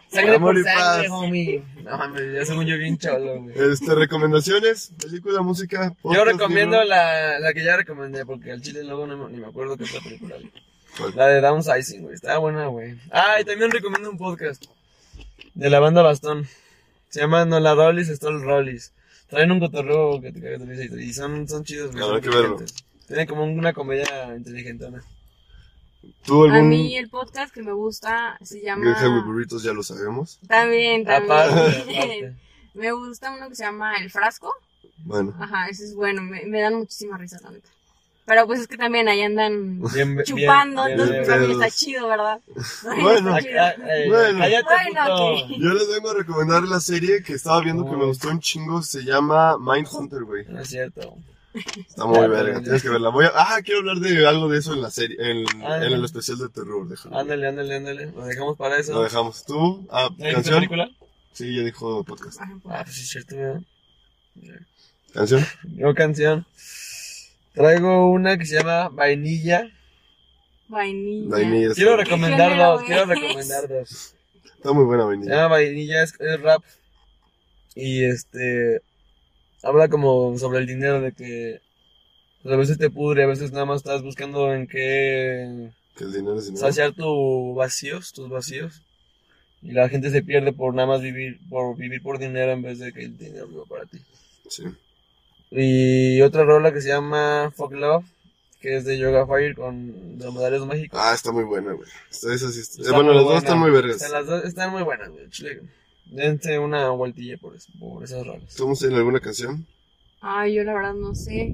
[SPEAKER 2] Sangre
[SPEAKER 1] Amor
[SPEAKER 2] por
[SPEAKER 1] y
[SPEAKER 2] sangre,
[SPEAKER 1] paz.
[SPEAKER 2] homie. No mames, ya según yo bien cholo, güey.
[SPEAKER 1] Este, recomendaciones, película, música.
[SPEAKER 2] Yo
[SPEAKER 1] podcast,
[SPEAKER 2] recomiendo
[SPEAKER 1] libro.
[SPEAKER 2] la, la que ya recomendé, porque al chile luego no, me- ni me acuerdo qué es la película. güey.
[SPEAKER 1] ¿Cuál?
[SPEAKER 2] La de Downsizing, güey. Está buena, güey. Ah, y también recomiendo un podcast de la banda Bastón. Se llama No la Rollis, Stol Rollis. Traen un cotorreo que te cagas de risa y- y son, son chidos, güey.
[SPEAKER 1] Habrá
[SPEAKER 2] son
[SPEAKER 1] que verlo.
[SPEAKER 2] inteligentes. Tienen como una comedia inteligentona.
[SPEAKER 1] ¿Tú
[SPEAKER 3] A
[SPEAKER 1] algún
[SPEAKER 3] mí el podcast que me gusta se llama...
[SPEAKER 1] Granja with Burritos ya lo sabemos?
[SPEAKER 3] También,
[SPEAKER 2] Ah, Aparte,
[SPEAKER 3] también.
[SPEAKER 2] aparte.
[SPEAKER 3] me gusta uno que se llama El Frasco.
[SPEAKER 1] Bueno,
[SPEAKER 3] Ajá, ese es bueno, me, me dan muchísima risa, la neta. Pero pues es que también ahí andan
[SPEAKER 2] Bien, bien,
[SPEAKER 3] chupando,
[SPEAKER 2] bien,
[SPEAKER 3] entonces
[SPEAKER 2] bien,
[SPEAKER 3] pues, también
[SPEAKER 1] pedos.
[SPEAKER 3] está chido, ¿verdad?
[SPEAKER 1] Bueno,
[SPEAKER 3] Está
[SPEAKER 2] Acá,
[SPEAKER 3] chido.
[SPEAKER 2] eh,
[SPEAKER 1] Bueno.
[SPEAKER 2] Cállate,
[SPEAKER 3] Bueno,
[SPEAKER 2] puto.
[SPEAKER 1] yo les vengo a recomendar la serie que estaba viendo que me gustó un chingo, se llama Mindhunter, güey.
[SPEAKER 2] No es cierto.
[SPEAKER 1] Está muy verga, tienes que verla. Voy a, ah, quiero hablar de algo de eso en la serie, en,
[SPEAKER 2] Ándale.
[SPEAKER 1] en el especial de terror, déjalo.
[SPEAKER 2] Ándale, ándale, ándale. Lo dejamos para eso.
[SPEAKER 1] Lo dejamos. ¿Tú? Ah,
[SPEAKER 2] ¿Ya dijiste
[SPEAKER 1] ¿canción?
[SPEAKER 2] película?
[SPEAKER 1] Sí, ya dijo podcast.
[SPEAKER 3] Ajá, pues,
[SPEAKER 2] Ah, pues sí, es cierto, ¿verdad?
[SPEAKER 1] ¿Canción?
[SPEAKER 2] Yo canción. Traigo una que se llama Vainilla.
[SPEAKER 3] Vainilla.
[SPEAKER 1] Vainilla.
[SPEAKER 2] Quiero
[SPEAKER 1] está-
[SPEAKER 2] recomendar
[SPEAKER 3] Yo no
[SPEAKER 2] dos,
[SPEAKER 3] la
[SPEAKER 2] quiero
[SPEAKER 3] veo.
[SPEAKER 2] recomendar dos.
[SPEAKER 1] Está muy buena
[SPEAKER 2] Se
[SPEAKER 1] vainilla.
[SPEAKER 2] llama Vainilla, es, es rap. Y este. Habla como sobre el dinero, de que. pues, a veces te pudre, a veces nada más estás buscando en qué.
[SPEAKER 1] Que el dinero es dinero.
[SPEAKER 2] saciar tus vacíos, tus vacíos. Y la gente se pierde por nada más vivir por vivir por dinero en vez de que el dinero viva para ti.
[SPEAKER 1] Sí.
[SPEAKER 2] Y otra rola que se llama Fuck Love, que es de Yoga Fire con Dromedarios Mágicos.
[SPEAKER 1] Ah, está muy buena, güey. Está- esa sí está-
[SPEAKER 2] Está
[SPEAKER 1] bueno,
[SPEAKER 2] muy
[SPEAKER 1] las
[SPEAKER 2] buena.
[SPEAKER 1] dos están muy
[SPEAKER 2] O
[SPEAKER 1] vergas.
[SPEAKER 2] sea, las dos están muy buenas, güey. chile. Dense una vueltilla por, es- por esas rolas.
[SPEAKER 1] ¿Estamos en alguna canción?
[SPEAKER 3] Ay, yo la verdad no sé.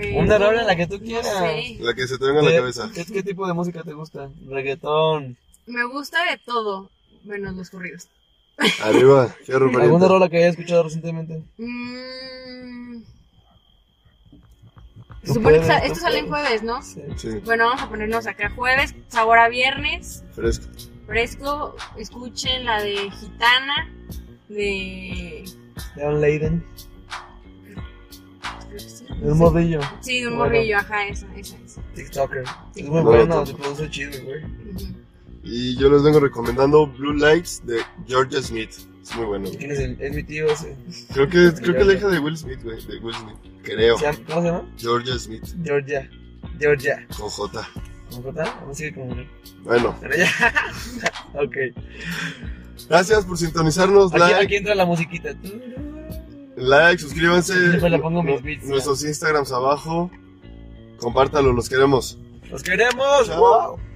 [SPEAKER 3] Eh,
[SPEAKER 2] Una rola, la que tú
[SPEAKER 3] no
[SPEAKER 2] quieras.
[SPEAKER 3] sé.
[SPEAKER 1] La que se te venga a la
[SPEAKER 2] ¿Qué-
[SPEAKER 1] cabeza.
[SPEAKER 2] ¿Qué, qué tipo de música te gusta? Reggaetón.
[SPEAKER 3] Me gusta de todo, menos los corridos.
[SPEAKER 1] Arriba, fierro
[SPEAKER 2] ¿Alguna
[SPEAKER 1] pariente.
[SPEAKER 2] rola que hayas escuchado recientemente?
[SPEAKER 3] Mm.
[SPEAKER 2] No
[SPEAKER 3] Se supone
[SPEAKER 2] puedes,
[SPEAKER 3] que sa-
[SPEAKER 2] no
[SPEAKER 3] esto sale en
[SPEAKER 2] puedes.
[SPEAKER 3] jueves, ¿no?
[SPEAKER 2] Sí.
[SPEAKER 1] Sí,
[SPEAKER 3] Bueno, vamos a ponernos acá jueves, sabor a viernes,
[SPEAKER 1] fresco.
[SPEAKER 3] fresco. Escuchen la de Gitana, de...
[SPEAKER 2] Leon Leiden.
[SPEAKER 3] creo que sí,
[SPEAKER 2] Un morrillo.
[SPEAKER 3] Sí, de un
[SPEAKER 2] Bueno.
[SPEAKER 3] morrillo, ajá, esa, esa, esa.
[SPEAKER 2] TikToker. Es muy
[SPEAKER 1] Bueno,
[SPEAKER 2] bueno,
[SPEAKER 1] tú-
[SPEAKER 2] se produce chido, güey.
[SPEAKER 3] Ujú.
[SPEAKER 1] Y yo les vengo recomendando Blue Lights de Georgia Smith. Es muy bueno, güey.
[SPEAKER 2] ¿Quién es, el, es mi tío ese?
[SPEAKER 1] Creo que, creo que la hija de Will Smith, güey. De Will Smith. Creo.
[SPEAKER 2] Se llama- ¿Cómo se llama?
[SPEAKER 1] Georgia Smith
[SPEAKER 2] Georgia. Georgia.
[SPEAKER 1] con J.
[SPEAKER 2] ¿Cómo está? Vamos a seguir con
[SPEAKER 1] Bueno,
[SPEAKER 2] Bueno, ya. ok.
[SPEAKER 1] gracias por sintonizarnos.
[SPEAKER 2] Aquí,
[SPEAKER 1] Like,
[SPEAKER 2] aquí entra la musiquita.
[SPEAKER 1] like, suscríbanse.
[SPEAKER 2] Yo le pongo mis
[SPEAKER 1] Nu-
[SPEAKER 2] beats, ya.
[SPEAKER 1] Nuestros Instagrams abajo. Compártalo, los queremos.
[SPEAKER 2] ¡Los queremos!
[SPEAKER 1] Chao.
[SPEAKER 2] ¡Wow!